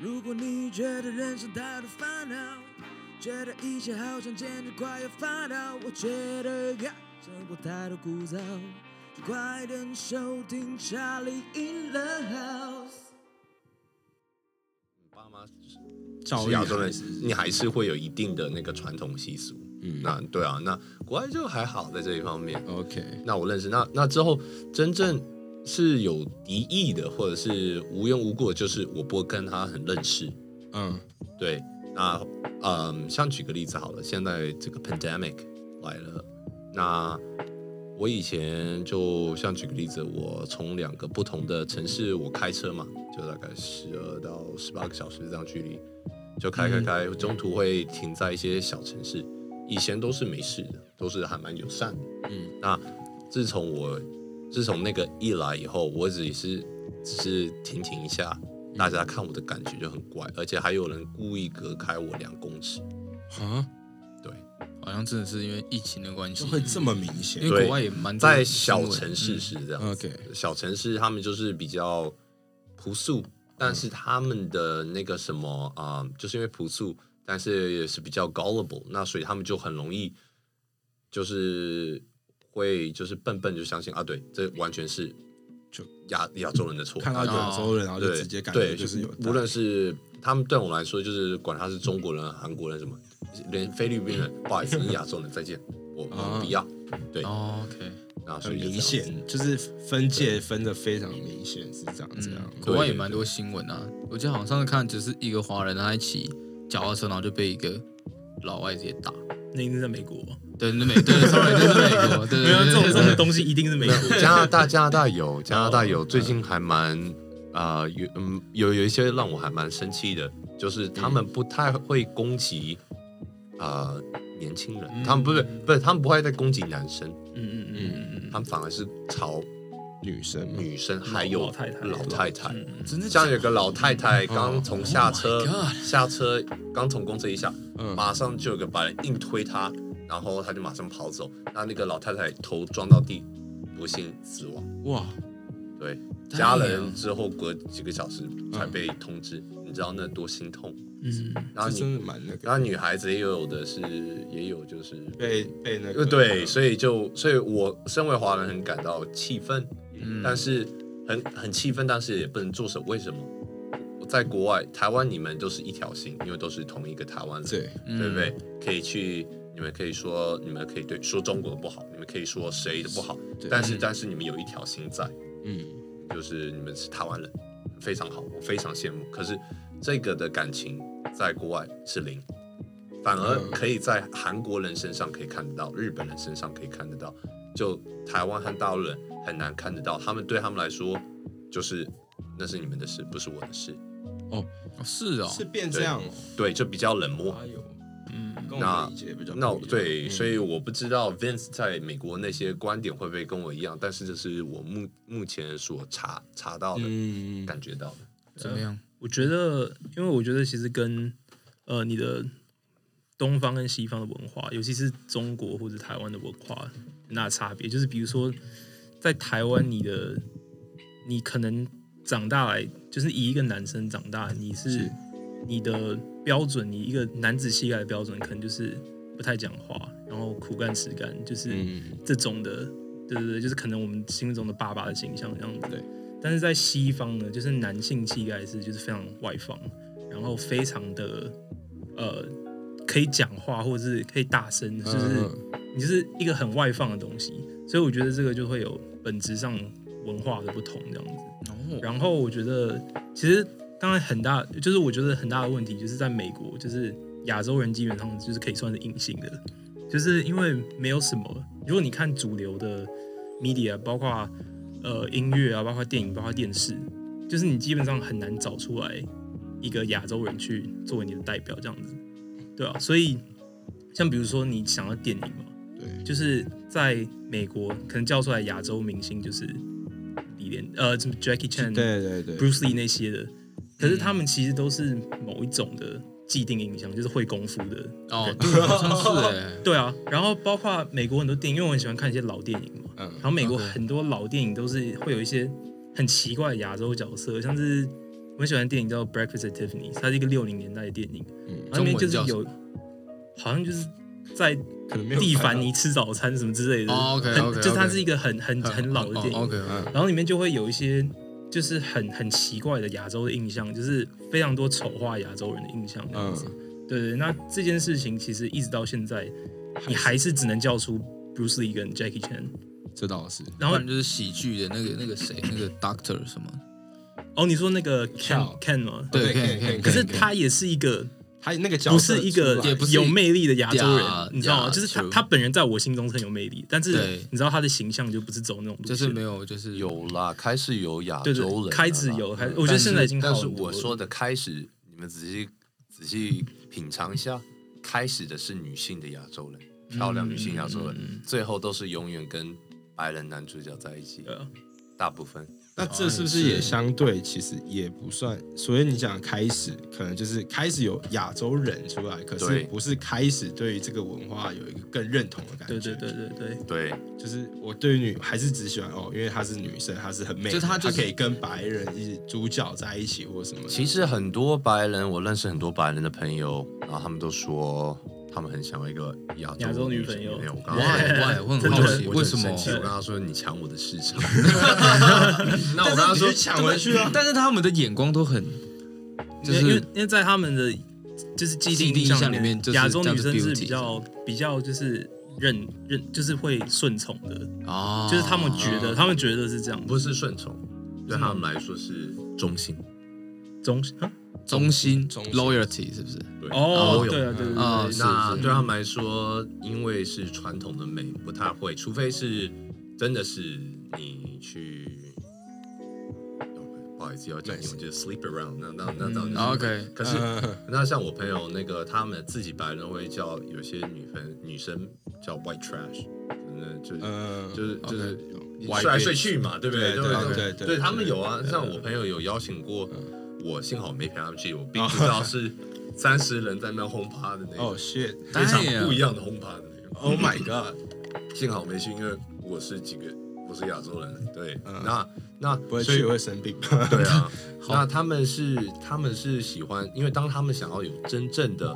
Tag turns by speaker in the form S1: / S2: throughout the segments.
S1: 如果你觉得人生太多烦恼，觉得一切好像简直快要发抖，我觉得呀，生活太多枯燥，就快点收听《Charlie in the House》。
S2: 爸妈是
S3: 教育
S2: 亚洲
S3: 还
S2: 人
S3: 是，
S2: 你还是会有一定的那个传统习俗。嗯，那对啊，那国外就还好在这一方面。
S3: OK，
S2: 那我认识，那那之后真正是有敌意的，或者是无缘无故的，就是我不会跟他很认识。
S3: 嗯
S2: 对，那嗯，像举个例子好了，现在这个 pandemic 来了，那我以前就像举个例子，我从两个不同的城市，我开车嘛，就大概十二到十八个小时这样距离，就开开
S4: 嗯
S2: 开，中途会停在一些小城市，以前都是没事的，都是还蛮友善的。
S3: 嗯，
S2: 那自从我自从那个一来以后，我只是只是停停一下，大家看我的感觉就很怪，而且还有人故意隔开我两公尺。
S3: 啊，
S2: 对，
S4: 嗯好像真的是因为疫情的关系
S3: 就，会这么明显
S4: 因为
S2: 对
S4: 国外也蛮多
S2: 在
S4: 嗯新
S2: 小
S4: 闻
S2: 城市是这样子，
S3: ？OK，
S2: 小城市他们就是比较朴素，但是他们的那个什么啊、就是因为朴素，但是也是比较 gullible，那所以他们就很容易就是会就是笨笨就相信啊，对，这完全是
S3: 就
S2: 亚亚洲人的错，
S3: 看到亚洲人，然后就
S2: 对
S3: 直接感
S2: 对，
S3: 觉哦就是有，
S2: 无论是他们对我们来说，就是管他是中国人、韩国人什么，连菲律宾人，不好意思，你亚洲人再见，我我
S3: 啊
S2: 不要，对，
S4: 哦，OK，
S2: 然后所
S3: 很
S2: 以就这样
S3: 明显，就是分界分的非常明显，是这样这样
S4: 嗯，。国外也
S2: 对
S4: 蛮多新闻啊。我记得好像上次看，就是一个华人他一骑脚踏车，然后就被一个老外直接打。
S5: 那一定在美国吧？
S4: 对，那美对，sorry，那是美国，对
S5: 没
S4: 对
S5: 有啊这种
S4: 对对
S5: 这种
S4: 对，
S5: 东西一定是美
S2: 没
S5: 国。
S2: 有加拿大，加拿大有，加拿大
S5: 哦
S2: 有，
S5: 嗯
S2: 最近还蛮啊、有嗯有有一些让我还蛮生气的，就是他
S5: 嗯
S2: 们不太会攻击啊、呃年轻人，他们不是不是他们不会在攻击男生，
S5: 嗯嗯嗯嗯嗯
S2: 他们反而是朝
S3: 女生嘛，
S2: 女生还有
S5: 老太太
S2: 老太太
S5: 嗯哦嗯
S3: 真的假
S2: 像有个老太太刚从下车
S4: Oh my
S2: 下车刚从公车一下，
S3: 嗯
S2: 马上就有个把人硬推她，然后她就马上跑走。那那个老太太头撞到地，不幸死亡。
S3: 哇，
S2: 对，
S4: 太
S2: 家人
S4: 阳
S2: 之后隔几个小时才被通知，你知道那多心痛。
S5: 嗯
S2: 然后
S3: 这真
S2: 女，
S3: 的蛮那
S2: 然
S3: 个，
S2: 后女孩子也有的是，也有就是
S3: 被被那
S2: 呃，
S3: 个
S2: 对，所以就，所以我身为华人很感到气愤，
S3: 嗯
S2: 但是很很气愤，但是也不能做什么。为什么？我在国外，台湾你们都是一条心，因为都是同一个台湾人，
S3: 对
S2: 对不
S3: 嗯
S2: 对？可以去，你们可以说，你们可以对说中国不好，你们可以说谁的不好，但是但是你们有一条心在，
S3: 嗯，
S2: 就是你们是台湾人，非常好，我非常羡慕。可是这个的感情在国外是零，反而
S3: 嗯
S2: 可以在韩国人身上可以看得到，日本人身上可以看得到，就台湾和大陆人很难看得到。他们对他们来说，就是那是你们的事，不是我的事。
S4: 哦是哦，
S3: 是变这样哦，
S2: 对，就比较冷漠。
S3: 哎呦，
S5: 嗯，
S3: 跟我们理解比较不一
S2: 那我
S3: 样
S2: 对，
S3: 嗯
S2: 所以我不知道 Vince 在美国那些观点会不会跟我一样，但是这是我目目前所查查到的、
S3: 嗯，
S2: 感觉到的。
S4: 怎么样？
S5: 我觉得，因为我觉得其实跟呃你的东方跟西方的文化，尤其是中国或者台湾的文化，很大的差别就是，比如说在台湾，你的你可能长大来，就是以一个男生长大，你是
S3: 是
S5: 你的标准，你一个男子气概的标准，可能就是不太讲话，然后苦干实干，就是。
S3: 嗯，
S5: 这种的，对对对，就是可能我们心目中的爸爸的形象这样子。
S3: 对，
S5: 但是在西方呢，就是男性气概是就是非常外放，然后非常的呃可以讲话或者是可以大声，就是、
S3: 嗯
S5: 你就是一个很外放的东西，所以我觉得这个就会有本质上文化的不同这样子。
S4: 哦，
S5: 然后我觉得，其实当然很大，就是我觉得很大的问题就是在美国，就是亚洲人基本上就是可以算是隐性的，就是因为没有什么。如果你看主流的 media，包括呃音乐啊，包括电影，包括电视，就是你基本上很难找出来一个亚洲人去作为你的代表这样子，对啊，所以像比如说你想要电影嘛，
S3: 对，
S5: 就是在美国可能叫出来亚洲明星就是李连呃，什么 Jackie Chan、
S3: 对对对，
S4: 嗯
S5: Bruce Lee 那些的，可是他们其实都是某一种的既定印象，就是会功夫的。
S4: 哦，对，好像是哎，
S5: 对啊，然后包括美国很多电影，因为我很喜欢看一些老电影嘛，
S3: 嗯
S5: 然后美国
S4: OK
S5: 很多老电影都是会有一些很奇怪的亚洲角色，像是。很喜欢的电影叫《Breakfast at Tiffany》，它是一个六零年代的电影，
S4: 嗯，
S5: 它
S4: 中
S5: 里面就
S4: 文
S5: 是
S4: 叫什
S5: 有
S4: 么？
S5: 好像就是在
S3: 可能没有
S5: 蒂
S3: 看
S5: 凡
S3: 到
S5: 尼吃早餐什么之类的，
S4: 啊哦
S5: 很
S4: ，OK，OK，哦
S5: 就是它是一个很很很老的电影，
S4: OK，
S3: 嗯
S5: 然后里面就会有一些就是很很奇怪的亚洲的印象，就是非常多丑化亚洲人的印象这样子。
S3: 嗯，
S5: 对对，对那这件事情其实一直到现在，你还是只能叫出 Bruce Lee 跟 Jackie Chan。
S3: 这倒是
S5: 然后
S4: 不就是喜剧的那个那个谁，那个 Doctor 什么？
S5: 哦，你说那个 Ken
S3: Chow
S5: Ken 吗？
S4: 对，
S3: 对
S4: 可
S3: 可
S4: 以
S3: 以
S4: 可以。
S3: 可以
S5: 可是
S4: 可以
S5: 他也是一个
S3: 他那个角
S5: 不
S3: 色
S5: 是一个
S3: 出来
S4: 也不是
S5: 有魅力的亚洲人
S4: Yeah，
S5: 你知道吗？
S4: yeah，
S5: 就是他
S4: true
S5: 他本人在我心中是很有魅力，但是
S4: 对
S5: 你知道他的形象就不是走那种路
S4: 就
S5: 线，
S4: 是没有，就是
S2: 有啦，开始有亚
S5: 对
S2: 洲人
S5: 对，
S2: 了啦，
S5: 开始有，还
S2: 嗯
S5: 我觉得现在已经
S2: 但
S5: 好
S2: 是
S5: 很多
S2: 我
S5: 了
S2: 说的开始，你们仔细仔细品尝一下，开始的是女性的亚洲人，漂亮女
S5: 嗯
S2: 性亚洲人，最后都是永远跟白人男主角在一起，
S5: 对啊
S2: 大部分。
S3: 那这是不是也相对其实也不算？所以你讲开始可能就是开始有亚洲人出来，可
S2: 对
S3: 是不是开始对于这个文化有一个更认同的感觉？
S5: 对对对，对对。
S2: 对，
S3: 就是我对于女还是只喜欢哦，因为她是女生，她是很美的，
S4: 就她就是
S3: 可以跟白人一起主角在一起或什么的。
S2: 其实很多白人，我认识很多白人的朋友，然后他们都说他们很想要一个亚
S5: 亚洲女
S2: 女
S5: 朋友
S2: 朋友我刚刚
S4: why why，我很
S2: 我
S4: 好
S2: 就
S4: 奇
S2: 我就很
S4: 为什么
S2: 生？气我跟他说你抢我的市场。那我
S3: 但
S2: 跟他
S3: 是你
S2: 说
S3: 去抢回去啊！
S4: 但是他们的眼光都很，就
S5: 因为因为
S4: 是
S5: 因为在他们的就是既定印
S4: 既定印象
S5: 象
S4: 里
S5: 里
S4: 面就是
S5: 亚洲女
S4: 这样
S5: 生
S4: 子
S5: 是
S4: beauty
S5: 比较比较就是认认就是会顺从的，
S4: 哦，
S5: 就是他们觉得他们觉得是这样，
S2: 不是顺从，对他
S5: 嗯
S2: 们来说是忠心。
S5: 中啊
S4: 忠心
S3: 忠心
S4: loyalty 是不是？
S2: 对
S5: 哦
S2: 包，容
S5: 对啊对对
S4: 啊
S5: 对
S4: 是
S2: 那对他们来说，因为是传统的美，不太会，除非是真的是你去，哦不好意思要讲英文，就是 sleep around 那。那那
S5: 嗯
S2: 那那
S4: OK
S2: 可是
S3: 嗯
S2: 那像我朋友那个，他们自己白人会叫有些女朋女生叫 white trash，嗯，就
S3: 呃，
S2: 就是就是
S4: White
S2: 睡来睡去嘛，对不对？对
S3: 对对对
S2: 对
S3: 对
S2: 对，他们
S3: 对嗯
S2: 有啊。像我朋友有邀请过我，幸好我没陪他们去，我并不知道是三十人在那轰趴的那
S3: 哦
S2: 种，
S3: shit，
S2: 非常
S4: damn
S2: 不一样的轰趴的那种。
S3: Oh my god！
S2: 幸好没去，因为我是几个我是亚洲人，对，
S3: 嗯
S2: 那
S3: 不
S2: 那
S3: 会
S2: 所以
S3: 去会生病。
S2: 对 啊，那他们是他们是喜欢，因为当他们想要有真正的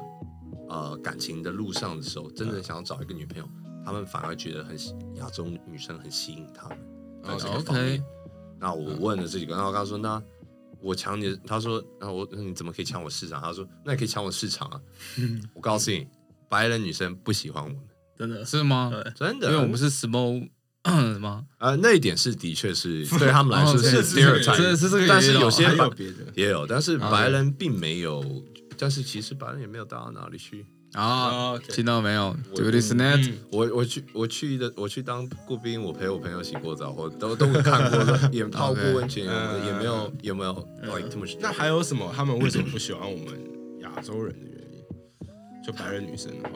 S2: 呃感情的路上的时候，真正想要找一个女朋友，他们反而觉得很吸亚洲女生很吸引他们。在这个方面
S4: 哦 OK
S2: 那我问了这几个，然后他说那。我抢你的，他说，然后我那你怎么可以抢我市场？他说，那你可以抢我市场 啊！我告诉你，白人女生不喜欢我们，
S5: 真的
S4: 是吗？
S5: 对
S2: 真的，
S4: 因为我们是 small 吗？
S2: 呃，那一点是的确是对他们来说
S4: 哦
S2: 是
S4: 是
S3: 是这个
S2: stereotype，
S4: 真的是这个原因哦
S2: 但是有些
S3: 还
S2: 白
S3: 有别的，
S2: 也有，但是
S4: 啊
S2: 白人并没有，但是其实白人也没有大到哪里去。
S4: 啊，
S3: OK
S4: 听到没有？对不对？Snap
S2: 我我去我去的我去当雇兵，我陪我朋友洗过澡，我都都看过 了，也泡过
S4: OK
S2: 温泉，
S3: 啊嗯
S2: 也没有也没有 like too much。
S3: 那还有什么？他们为什么不喜欢我们亚洲人的原因？就白人女生的话，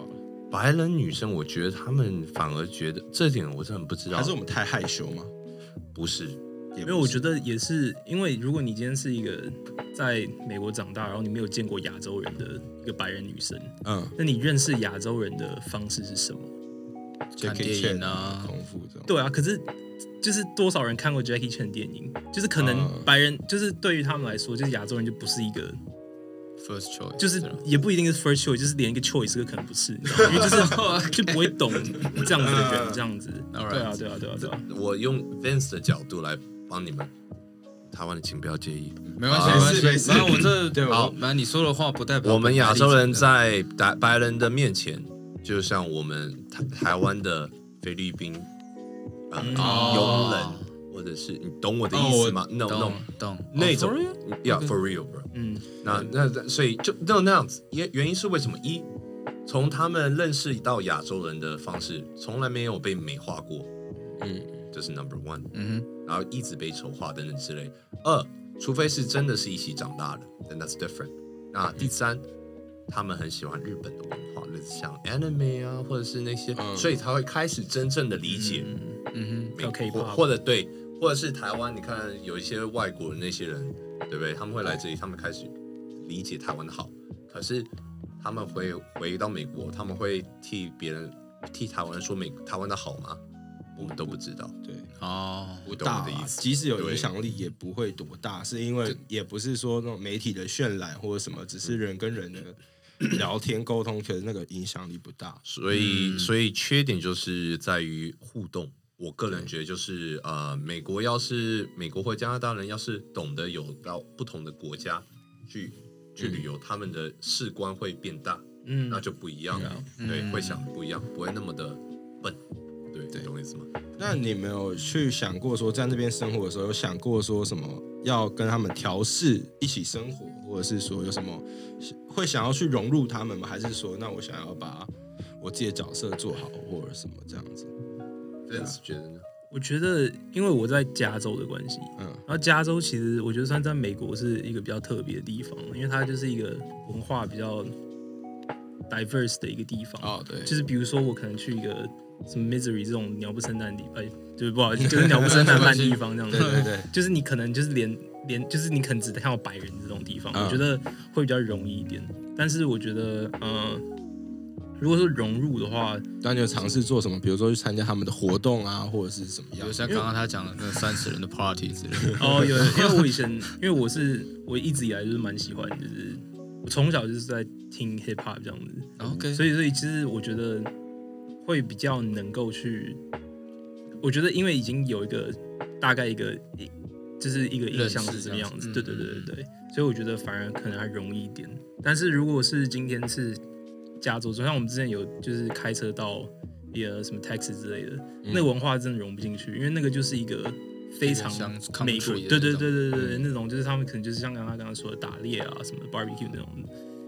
S2: 白人女生，我觉得她们反而觉得这点我真的不知道
S3: 还是，我们太害羞吗？
S2: 不是
S3: 因
S5: 因为我觉得也是，因为如果你今天是一个在美国长大，然后你没有见过亚洲人的一个白人女生，
S3: 嗯
S5: 那你认识亚洲人的方式是什么？
S4: 看电影啊
S3: 功夫这种，
S5: 对啊，可是就是多少人看过 Jackie Chan 电影？就是可
S3: 嗯
S4: 哦
S5: 能白人，就是对于他们来说，就是亚洲人就不是一个，
S4: first choice
S5: 就是也不一定是 first choice，就是连一个 choice 都可能不是，你知道吗因为就是就不会懂这样子的人，这样子。对
S4: Alright
S5: 啊，对啊，对啊，对啊。
S2: 我用 Vince 的角度来帮你们，台湾的请不要介意。
S4: 没关系，
S2: 啊
S4: 没关系。
S3: 没事
S4: 反正我这
S3: 对我
S4: 好，那你说的话不代表
S2: 我们亚洲人在白白人的面前，就像我们台台湾的菲律宾呃佣
S4: 嗯哦
S2: 人，或者是你懂我的意思吗？No
S4: 懂
S2: No，
S4: 懂
S2: 那种
S4: Oh, for real？
S2: Yeah for real bro。
S5: 嗯，
S2: 那那所以就那那样子，原原因是为什么？一从他们认识到亚洲人的方式，从来没有被美化过，
S3: 嗯，
S2: 这是 number one。
S4: 嗯
S2: 然后一直被丑化等等之类。二，除非是真的是一起长大的，then that's different。那第三，他们很喜欢日本的文化，类似像 anime 啊，或者是那些，
S3: 嗯
S2: 所以才会开始真正的理解
S4: 哼嗯
S2: 美
S5: 还有
S2: 国，
S5: K-pop
S2: 或者对，或者是台湾，你看有一些外国人那些人，对不对？他们会来这里，他们开始理解台湾的好，可是他们回回到美国，他们会替别人替台湾人说美台湾的好吗？我们都不知道。
S3: 对，
S4: 哼哦，
S2: 不懂
S3: 大啊
S2: 我的意思，
S3: 即使有
S2: 对
S3: 影响力也不会多大，是因为也不是说那种媒体的渲染或者什么，只是人跟人的聊天沟通，可是那个影响力不大。
S2: 所以，所以缺点就是在于互动。我个人觉得就是，呃，美国要是美国或加拿大人要是懂得有到不同的国家去去旅游，他们的世观会变大，
S5: 嗯
S2: 那就不一样了。对，
S4: 嗯
S2: 会想不一样，不会那么的笨。对，
S3: 对
S2: 懂我意思吗？
S3: 那你没有去想过说在那边生活的时候，有想过说什么要跟他们调试一起生活，或者是说有什么会想要去融入他们吗？还是说，那我想要把我自己的角色做好，或者什么这样子？
S2: 这是觉得呢？
S5: 我觉得，因为我在加州的关系，
S3: 嗯
S5: 然后加州其实我觉得算在美国是一个比较特别的地方，因为它就是一个文化比较 diverse 的一个地方。
S4: 哦对，
S5: 就是比如说我可能去一个什么 Misery 这种鸟不生蛋的地方，哎就是不好 意思，就是鸟不生蛋
S4: 没关
S5: 烂
S4: 系
S5: 地方这样子。
S3: 对对对，
S5: 就是你可能就是连连就是你可能只看到白人这种地方，
S3: 嗯
S5: 我觉得会比较容易一点。但是我觉得，嗯、如果说融入的话，
S3: 那你有尝试做什么？比如说去参加他们的活动啊，或者是什么
S4: 比
S3: 样
S4: 如？像刚刚他讲的那三十人的 party 之类的，
S5: 哦，有，因为我以前，因为我是我一直以来就是蛮喜欢，就是我从小就是在听 hip hop 这样子，
S4: 然后跟
S5: 所以所以其实我觉得会比较能够去，我觉得因为已经有一个大概一个一就是一个印象是什么样子，
S4: 认识这样子嗯
S5: 对对对对对，所以我觉得反而可能还容易一点。但是如果是今天是加州，就像我们之前有就是开车到一个什么 Texas 之类的，
S4: 嗯
S5: 那个文化真的融不进去，因为那个就是一个非常
S4: 像
S5: 美国，
S4: country 的
S5: 对对
S4: 那种嗯
S5: 对对对对，那种就是他们可能就是像刚刚刚刚说的打猎啊什么 barbecue 那种，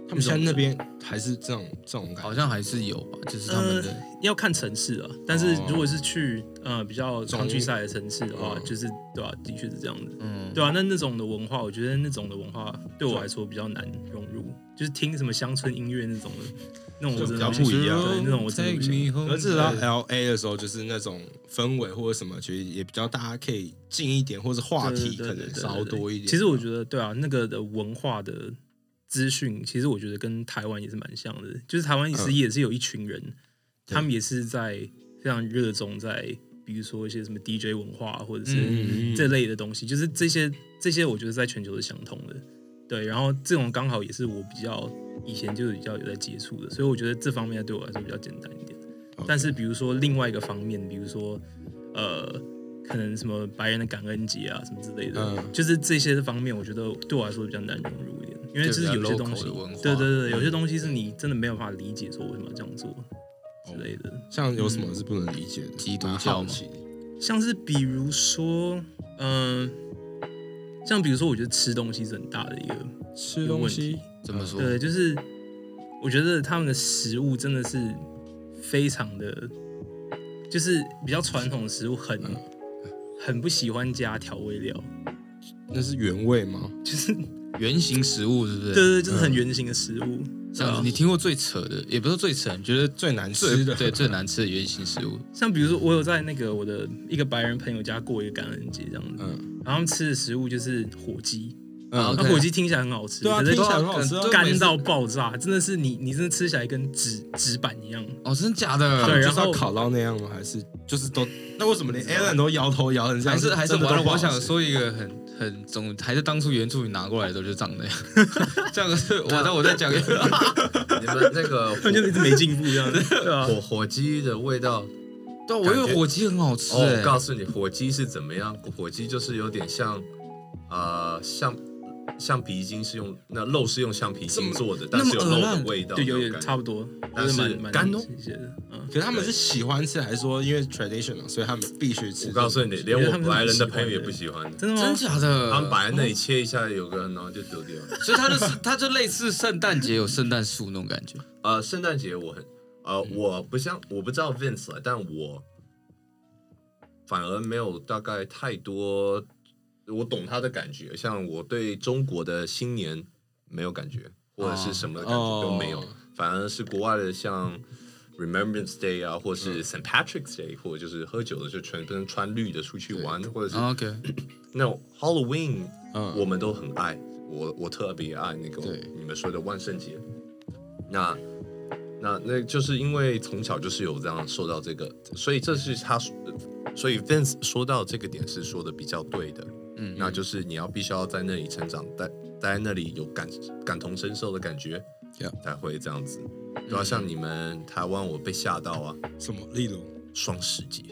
S3: 他们现在那边还是这种这种感
S4: 好
S3: 觉，
S4: 像还是有吧，就是他们的
S5: 要看城市啊。但
S3: 哦
S5: 是如果是去呃比较
S3: 中
S5: 常去赛的城市的话，
S3: 嗯
S5: 就是对啊，的确是这样子。
S4: 嗯，
S5: 对啊，那那种的文化，我觉得那种的文化对我来说比较难融入，就是听什么乡村音乐那种的，那种我真
S3: 比
S5: 的
S3: 较不一
S4: 啊
S3: 样
S5: 对那种我真的不行。
S3: 可哦是到 L A 的时候，就是那种氛围或者什么，其实也比较大家可以近一点，或者话题
S5: 对
S3: 可
S5: 对对对
S3: 能
S5: 对
S3: 稍
S5: 对对
S3: 多一点。
S5: 其实我觉得，对啊，那个的文化的资讯，其实我觉得跟台湾也是蛮像的，就是台湾其
S3: 嗯
S5: 实也是有一群人，他们也是在非常热衷在，比如说一些什么 DJ 文化或者
S3: 嗯嗯嗯
S5: 是这类的东西，就是这些这些，我觉得在全球是相通的。对，然后这种刚好也是我比较以前就比较有在接触的，所以我觉得这方面对我来说比较简单一点。
S3: OK
S5: 但是比如说另外一个方面，比如说呃，可能什么白人的感恩节啊什么之类的，
S3: 嗯
S5: 就是这些方面，我觉得对我来说比较难融入一点，因为就是有些东
S4: 就
S5: 西
S4: 比较 local 的文化，嗯
S5: 对对对，有些东西是你真的没有办法理解，说为什么要这样做之类的。
S4: 哦
S3: 像有什么是不能理解的？
S4: 嗯基督
S3: 蛮
S4: 教
S3: 好
S4: 嘛
S3: 奇
S5: 像是比如说，嗯、像比如说，我觉得吃东西是很大的一个
S3: 吃
S5: 一个
S3: 东
S5: 问题
S3: 西，
S4: 怎
S2: 嗯
S4: 么说？
S5: 对，就是我觉得他们的食物真的是非常的，就是比较传统的食物很，
S2: 嗯
S5: 很、不喜欢加调味料，
S3: 那是原味吗？
S5: 就是
S4: 圆形食物是不是？
S5: 对对，就是
S2: 嗯
S5: 很圆形的食物。
S4: 像
S5: 对啊
S4: 你听过最扯的，也不是最扯，你觉得
S3: 最难
S4: 最
S3: 吃的，
S4: 对最难吃的圆形食物，
S5: 像比如说，我有在那个我的一个白人朋友家过一个感恩节这样子，
S3: 嗯
S5: 然后他们吃的食物就是火鸡，
S4: 啊
S3: 嗯，
S5: 那
S4: OK
S5: 火鸡听起来很好吃，
S3: 对啊，
S5: 可
S3: 听
S5: 是
S3: 起来很好吃啊
S4: 对。
S5: 干到爆炸，真的是你你真的吃起来跟纸纸板一样。
S4: 哦，真的假
S3: 他
S4: 的？
S3: 们
S5: 对
S3: 就是
S5: 然
S3: 要
S5: 后
S3: 烤到那样吗？还是就是都？ 那为什么连 Alan 都摇头摇成这
S4: 还
S3: 样？
S4: 是还是
S3: 真的
S4: 完了，
S3: 都不
S4: 我
S3: 好吃
S4: 想，说一个很 很总，还是当初原著你拿过来的时候就长那样， 这样是我那我再讲一个，
S2: 你们那个
S5: 他们就一直没进步这样子，对啊
S2: 火，火火鸡的味道
S4: 对，啊我以为火鸡很好吃
S2: 哦，我
S4: 哎，
S2: 告诉你，火鸡是怎么样？火鸡就是有点像，呃，橡橡皮筋是用那肉是用橡皮筋做的，但是有
S4: 那
S2: 肉
S4: 么恶
S2: 的
S4: 烂
S2: 味道，
S5: 就有
S2: 那
S5: 点
S2: 种
S5: 差
S2: 感
S5: 不多，
S2: 但
S5: 就是蛮蛮
S2: 干哦
S5: 一些的，嗯，
S3: 可是他们是喜欢吃，还是说因为 traditional，所以他们必
S2: 觉。
S3: 须吃？
S2: 我告诉你，连
S5: 因为
S2: 我
S5: 他们
S2: 白人的
S5: 很喜欢
S2: 朋友也
S5: 的
S2: 不喜欢的，
S5: 真的
S4: 真假
S5: 吗？
S4: 的？
S2: 他们摆在那里切一下，有个人然后就丢掉。了。
S4: 所以它就是它就类似圣诞节有圣诞树那种感觉，
S2: 呃，圣诞节我很，呃，我不像我不知道 Vince，啊但我反而没有大概太多，我懂他的感觉。像我对中国的新年没有感觉，或者是什么的感觉都没有，
S3: 哦
S2: 反而是国外的像 Remembrance Day 啊，或是 St. Patrick's Day，或者就是喝酒的就全身穿绿的出去玩，或者是
S4: 啊 OK，
S2: 那种 Halloween，、
S3: 嗯
S2: 我们都很爱，我我特别爱那个
S3: 对
S2: 你们说的万圣节。那那那就是因为从小就是有这样受到这个，所以这是他所以 Vince 说到这个点是说的比较对的，
S4: 嗯，
S2: 那就是你要必须要在那里成长，在在那里有感感同身受的感觉
S3: Yeah
S2: 才会这样子。对啊，像你们台湾，我被吓到啊，
S3: 什么？例如
S2: 双十节。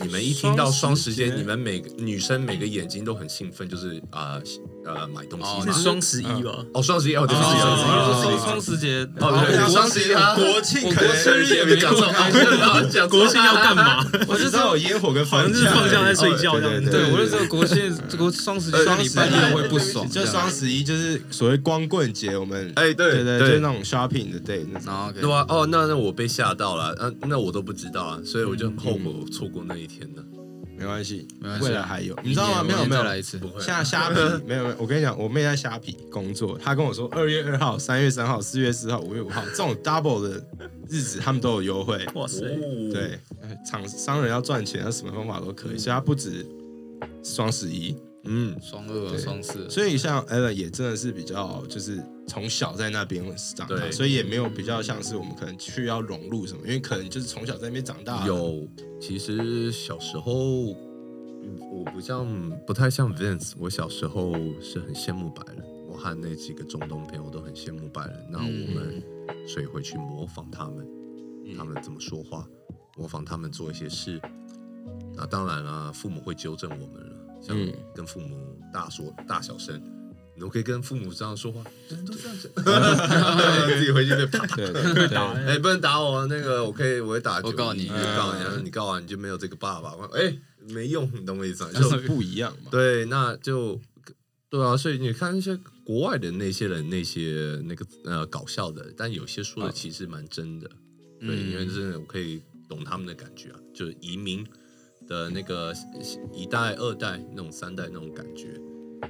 S2: 你们一听到双十
S3: 双十
S2: 节，
S3: 节
S2: 你们每个女生每个眼睛都很兴奋，就是啊呃买东西
S4: 哦
S2: 嘛
S5: 是。双十一吧？
S2: 哦，双十一哦，对，双十一
S3: 哦
S2: 哦，
S6: 双
S2: 对
S6: 双十节，
S2: 哦，对，
S3: 哦
S2: 双十一啊，
S3: 国庆
S2: 我
S3: 可能
S2: 国生日也没讲错，哦讲 错
S5: 国庆要干嘛？
S3: 我知道有烟火跟
S5: 好
S3: 放
S5: 像就是放假在
S3: 而已
S5: 睡觉这样
S3: 对
S5: 子。
S3: 对
S4: 对我就知道国庆 这个双十一礼拜六会不爽，
S3: 就双十一就是所谓光棍节，我们
S2: 哎，
S3: 对
S2: 对
S3: 对，就是那种 shopping 的 day 那种。
S4: 然后给
S2: 对吧？哦，那那我被吓到了，嗯、那我都不知道啊，所以我就很后悔我错过那一天了。
S3: 没关系
S4: 没关，系啊
S3: 未来还有，你知道吗？
S4: 明
S3: 没
S4: 年
S3: 有
S4: 明年
S3: 没有
S4: 再，来一次，
S2: 会
S5: 啊
S3: 像虾皮 没有没有，我跟你讲，我妹在虾皮工作，她跟我说二月二号、三月三号、四月四号、五月五号这种 double 的日子，他们都有优惠。
S5: 哇塞，
S3: 对，呃厂商人要赚钱，他什么方法都可以，所以他不止双十一，
S2: 嗯，
S4: 双二
S3: 对
S4: 双四，
S3: 所以像 Alan 也真的是比较就是从小在那边长大，
S2: 对
S3: 所以也没有比较像是我们可能去要融入什么，因为可能就是从小在那边长大。，
S2: 有，其实小时候嗯我不像不太像 Vince，我小时候是很羡慕白人，我和那几个中东朋友都很羡慕白人，那我
S3: 嗯
S2: 们所以会去模仿他们，他们怎么说话，模仿他们做一些事。那当然啦，父母会纠正我们了，像
S3: 嗯
S2: 跟父母大说大小声。你都可以跟父母这样说话，人都这样讲， 自己回去被啪啪
S3: 对 对对，
S5: 打
S2: 哎、不能打我，那个我可以，我会打。
S4: 我告你
S2: 我告你，然后啊你告完你就没有这个爸爸。哎、没用，你懂我意思吗？
S3: 就是
S2: 就
S3: 不一样嘛。
S2: 对，那就对啊。所以你看那些国外的那些人，那些那个呃搞笑的，但有些
S4: 嗯
S2: 说的其实蛮真的。对，因为真的我可以懂他们的感觉啊，就是移民的那个一代、二代那种三代那种感觉。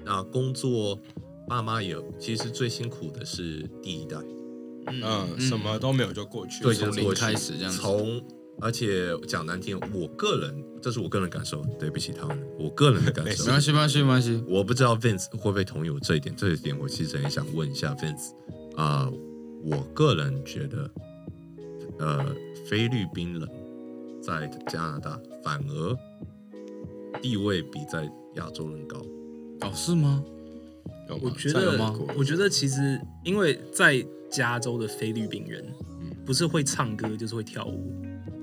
S2: 那工作，爸妈也其实最辛苦的是第一代。
S3: 嗯，什么都没有就过去。
S2: 对，
S4: 从
S2: 就是
S4: 零
S2: 过去
S4: 开始这样子
S2: 从而且讲难听，我个人这是我个人感受，对不起他们，我个人的感
S4: 没
S2: 受。
S4: 关系没关系没关系，
S2: 我不知道 Vince 会不会同意我这一点，这一点我其实很想问一下 Vince 啊、我个人觉得，呃，菲律宾人在加拿大反而地位比在亚洲人高。
S4: 哦是吗？
S3: 有吗
S5: 我觉
S3: 在
S5: 得
S3: 美国，
S5: 我觉得其实因为在加州的菲律宾人，不是会唱歌就是会跳舞，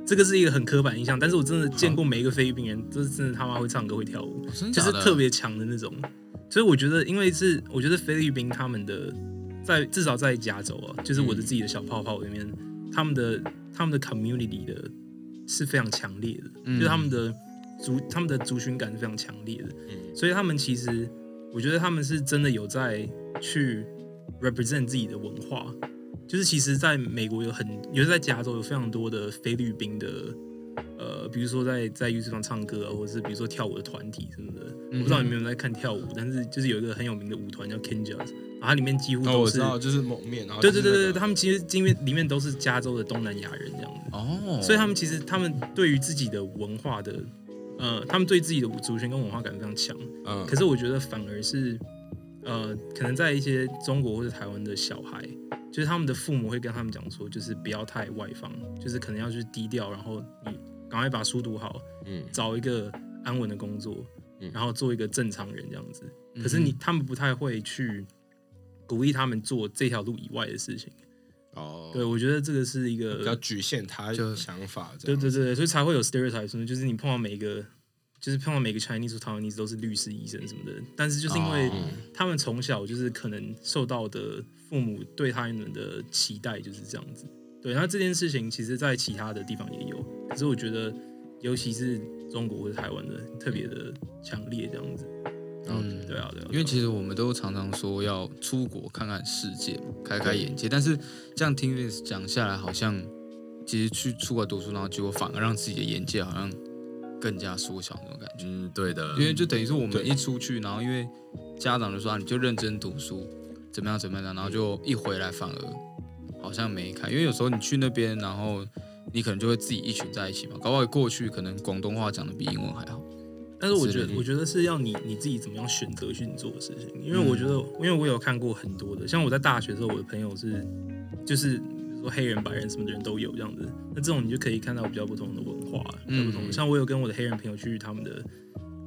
S5: 这个是一个很刻板印象。但是我真的见过每一个菲律宾人，都是真的他妈会唱歌会跳舞，
S4: 哦真
S5: 就
S4: 假
S5: 是
S4: 的
S5: 特别强的那种。所以我觉得，因为是我觉得菲律宾他们的在至少在加州啊，就是我的自己的小泡泡里面，
S4: 嗯
S5: 他们的他们的 community 的是非常强烈的，
S4: 嗯
S5: 就是他们的族他们的族群感是非常强烈的，
S4: 嗯
S5: 所以他们其实我觉得他们是真的有在去 represent 自己的文化，就是其实在美国有很，尤其在加州有非常多的菲律宾的。呃，比如说在在 YouTube 上唱歌啊，或者是比如说跳舞的团体什么的，我不知道
S3: 嗯
S5: 你们有没有在看跳舞，但是就是有一个很有名的舞团叫 Ken Jazz，然后它里面几乎
S3: 哦，
S5: 都
S3: 我
S5: 是
S3: 知道，就是蒙面，然后
S5: 对
S3: 就是
S5: 对对
S3: 那
S5: 对，
S3: 个
S5: 他们其实因为里面都是加州的东南亚人这样子，
S4: 哦，
S5: 所以他们其实他们对于自己的文化的，呃，他们对自己的族群跟文化感非常强。
S3: 嗯，
S5: 可是我觉得反而是，呃，可能在一些中国或者台湾的小孩，就是他们的父母会跟他们讲说，就是不要太外放，就是可能要去低调，然后你赶快把书读好，
S3: 嗯
S5: 找一个安稳的工作，
S3: 嗯
S5: 然后做一个正常人这样子。可是你他们不太会去鼓励他们做这条路以外的事情。
S3: 哦，
S5: 对，我觉得这个是一
S3: 比较
S5: 个，
S3: 局限他
S4: 就
S3: 想法这
S5: 对
S3: 样，
S5: 对对，所以才会有 stereotype 什么，就是你碰到每一个，就是碰到每个 Chinese 或 Taiwanese 都是律师、医生什么的，但是就是因为
S4: 哦
S5: 他们从小就是可能受到的父母对他们的期待就是这样子。对，那这件事情其实在其他的地方也有，可是我觉得尤其是中国或者台湾的特别的强烈这样子。
S4: 嗯
S5: 对啊，对啊，
S4: 因为其实我们都常常说要出国看看世界嘛，开开眼界。但是这样听 Vince 讲下来，好像其实去出国读书，然后结果反而让自己的眼界好像更加缩小那种感觉。
S2: 嗯，对的，
S4: 因为就等于是我
S3: 对
S4: 们一出去，然后因为家长就说、啊、你就认真读书，怎么样怎么样，然后就一回来反而好像没看。因为有时候你去那边，然后你可能就会自己一群在一起嘛，搞不好过去可能广东话讲的比英文还好。
S5: 但是我
S4: 之
S5: 觉得
S4: 类，
S5: 我觉得是要你你自己怎么样选择去你做的事情，因为我觉得，因为我有看过很多的，像我在大学的时候，我的朋友是就是比如黑人、白人什么的人都有这样子。那这种你就可以看到比较不同的文化，比较
S4: 嗯
S5: 不同的。像我有跟我的黑人朋友去他们的，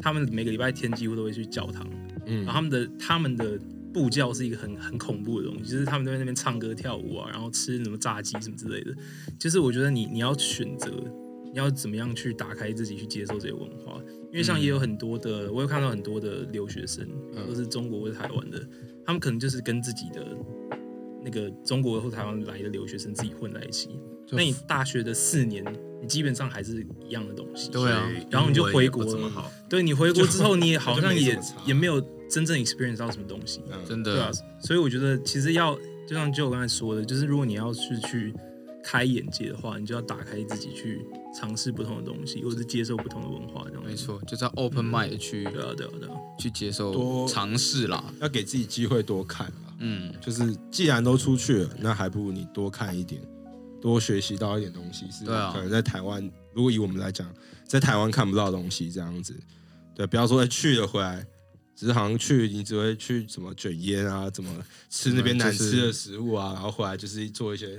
S5: 他们每个礼拜天几乎都会去教堂，
S3: 嗯
S5: 然后他们的他们的布教是一个很很恐怖的东西，就是他们都在那边唱歌跳舞啊，然后吃什么炸鸡什么之类的。就是我觉得你你要选择你要怎么样去打开自己去接受这些文化，因为像也有很多的，我有看到很多的留学生
S3: 嗯
S5: 都是中国或者台湾的，他们可能就是跟自己的那个中国或台湾来的留学生自己混在一起。
S3: 就
S5: 那你大学的四年，你基本上还是一样的东西。
S4: 对啊
S2: 所以
S5: 然后你就
S2: 英文也
S5: 回国
S2: 不怎么
S5: 了
S2: 好，
S5: 对你回国之后，你也好像
S3: 就没什
S5: 也
S3: 么差
S5: 也没有真正 experience 到什么东西。
S3: 嗯
S4: 真
S5: 对啊
S4: 的，，
S5: 所以我觉得其实要就像就我刚才说的，就是如果你要是去开眼界的话，你就要打开自己去尝试不同的东西，或者是接受不同的文化，这样子
S4: 没。错，就是要 open mind 去
S5: 对啊，对啊，对啊，
S4: 去接受
S3: 多
S4: 尝试啦。
S3: 要给自己机会多看啊。
S4: 嗯，
S3: 就是既然都出去了，那还不如你多看一点，多学习到一点东西，是
S4: 对啊
S3: 可能在台湾，如果以我们来讲，在台湾看不到的东西这样子。对，不要说、哎去了回来，只是好像去你只会去什么卷烟啊，怎么吃那边
S4: 嗯
S3: 难
S4: 就是
S3: 吃的食物啊，然后回来就是做一些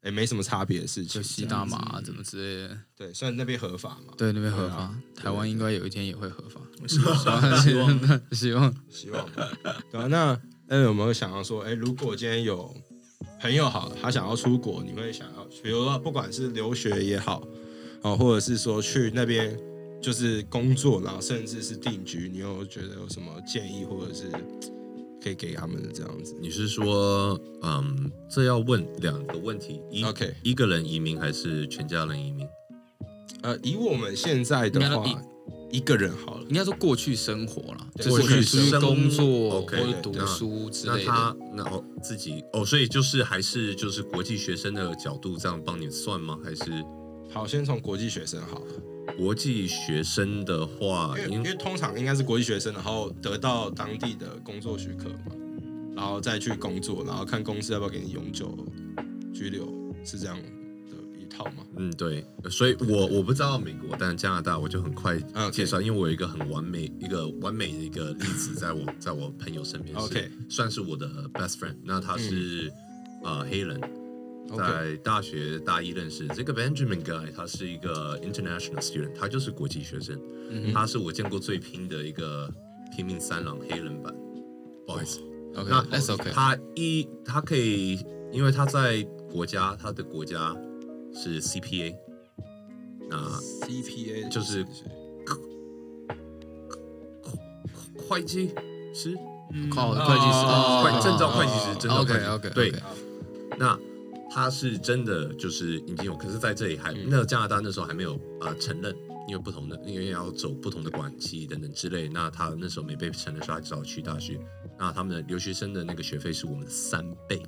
S3: 哎、没什么差别的事
S4: 就。
S3: 情
S4: 吸大麻啊怎么之类的，
S3: 对，虽然那边合法嘛，
S4: 对，那边合
S3: 对
S4: 法
S3: 啊，
S4: 台湾应该有一天也会合法。
S5: 我希望希望
S4: 希望
S3: 希望吧对啊，那那有没有想要说，哎、如果今天有朋友好了，他想要出国，你会想要，比如说不管是留学也好，哦，或者是说去那边就是工作，然后甚至是定居，你有觉得有什么建议，或者是可以给他们的这样子？
S2: 你是说，嗯，这要问两个问题，一
S3: OK
S2: 一个人移民还是全家人移民？
S3: 呃，以我们现在
S4: 应该
S3: 的
S4: 都
S3: 话，一个人好了，
S4: 应该说过去生活啦，
S3: 对
S4: 就
S3: 过
S4: 是
S3: 去
S2: 生
S4: 可能出去
S2: 活
S4: 工作
S2: OK，
S4: 或者
S3: 对
S4: 读书之
S2: 那
S4: 类
S2: 他
S4: 的。
S2: 那哦自己哦，所以就是还是就是国际学生的角度这样帮你算吗？还是
S3: 好，先从国际学生好了，
S2: 国际学生的话，
S3: 因为
S2: 啊因
S3: 因为通常应该是国际学生，然后得到当地的工作许可嘛，然后再去工作，然后看公司要不要给你永久居留，是这样的一套吗？
S2: 嗯对，所以我我不知道美国，但加拿大我就很快
S3: 啊，OK
S2: 介绍，因为我有一个很完美一个完美的一个例子在我在我朋友身边是
S3: OK 嗯
S2: 算是我的 best friend，那他是、呃黑人，
S3: OK
S2: 在大学大一认识这个 Benjamin guy，他是一个 international student，他就是国际学生，
S3: 嗯
S2: 他是我见过最拼的一个拼命三郎黑人版，不好意思，
S4: OK，
S2: 那
S4: that's OK。
S2: 他一他可以，因为他在国家，他的国家是 CPA，那
S3: CPA
S2: 就是会计师，
S4: 靠会计师
S3: 哦
S2: 会证照
S3: 哦
S2: 会计师，证照会计
S4: OK
S2: 师
S4: OK
S2: 对，那他是真的就是已经有，可是在这里还、那加拿大那时候还没有啊、呃承认，因为不同的因为要走不同的管系等等之类，那他那时候没被承认，所以他只好去大学。那他们的留学生的那个学费是我们的三倍，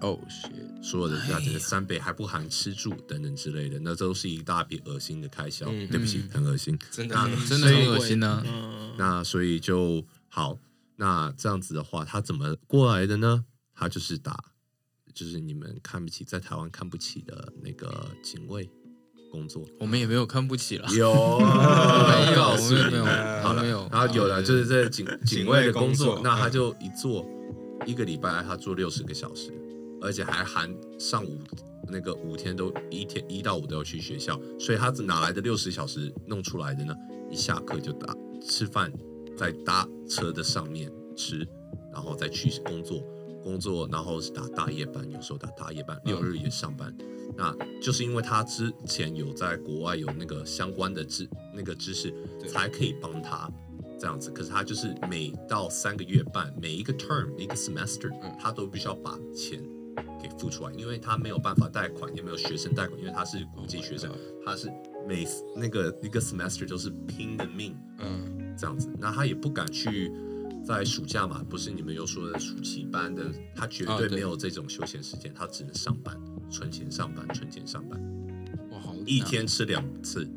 S3: 哦 shit，
S2: 所有的价值的三倍，还不含吃住等等之类的，那都是一大笔恶心的开销。
S3: 嗯
S2: 对不起，很恶心。
S3: 真的
S2: 那
S4: 真的
S2: 所
S4: 很
S2: 以
S4: 恶心呢。
S5: 嗯，
S2: 那所以就好，那这样子的话，他怎么过来的呢？他就是打，就是你们看不起，在台湾看不起的那个警卫工作。
S4: 我们也没有看不起啦，
S2: 有，
S4: 没有
S2: 告诉你
S4: 没有
S2: 们好了
S4: 没有
S2: 然后有了，就是这警警卫的工
S3: 呃警卫的工作
S2: 作，那他
S3: 嗯
S2: 就一做一个礼拜，他做六十个小时，而且还含上午那个五天都一天一到五都要去学校，所以他哪来的六十小时弄出来的呢？一下课就打吃饭，在搭车的上面吃，然后再去工作，工作然后是打大夜班，有时候打大夜班，六日也上班。那就是因为他之前有在国外有那个相关的知那个知识，才可以帮他这样子。可是他就是每到三个月半，每一个 term 一个 semester，他都必须要把钱给付出来，因为他没有办法贷款，也没有学生贷款，因为他是国际学生
S3: Oh my，
S2: 他是每那个一个 semester 就是拼的命
S3: 嗯
S2: 这样子。那他也不敢去在暑假嘛，不是你们又说的暑期班的，他绝
S3: 啊
S2: 对
S3: 对
S2: 没有这种休闲时间，他只能上班，存钱上班，存钱上班。
S3: 哇好
S2: 一天吃两次，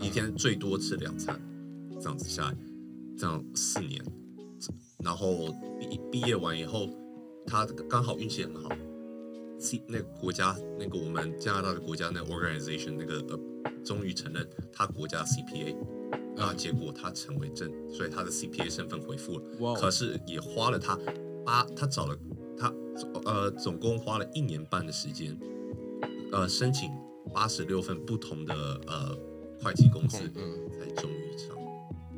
S2: 一天最多吃两餐，这样子下来，这样四年，然后毕毕业完以后，他刚好运气很好，C 那个国家那个我们加拿大的国家那个 organization 那个呃，终于承认他国家 CPA。啊，结果他成为正，所以他的 CPA 身份恢复
S3: 哇哦
S2: 了，可是也花了他八，他找了他呃，总共花了一年半的时间呃申请八十六份不同的呃会计公司，
S3: 嗯，
S2: 才终于上，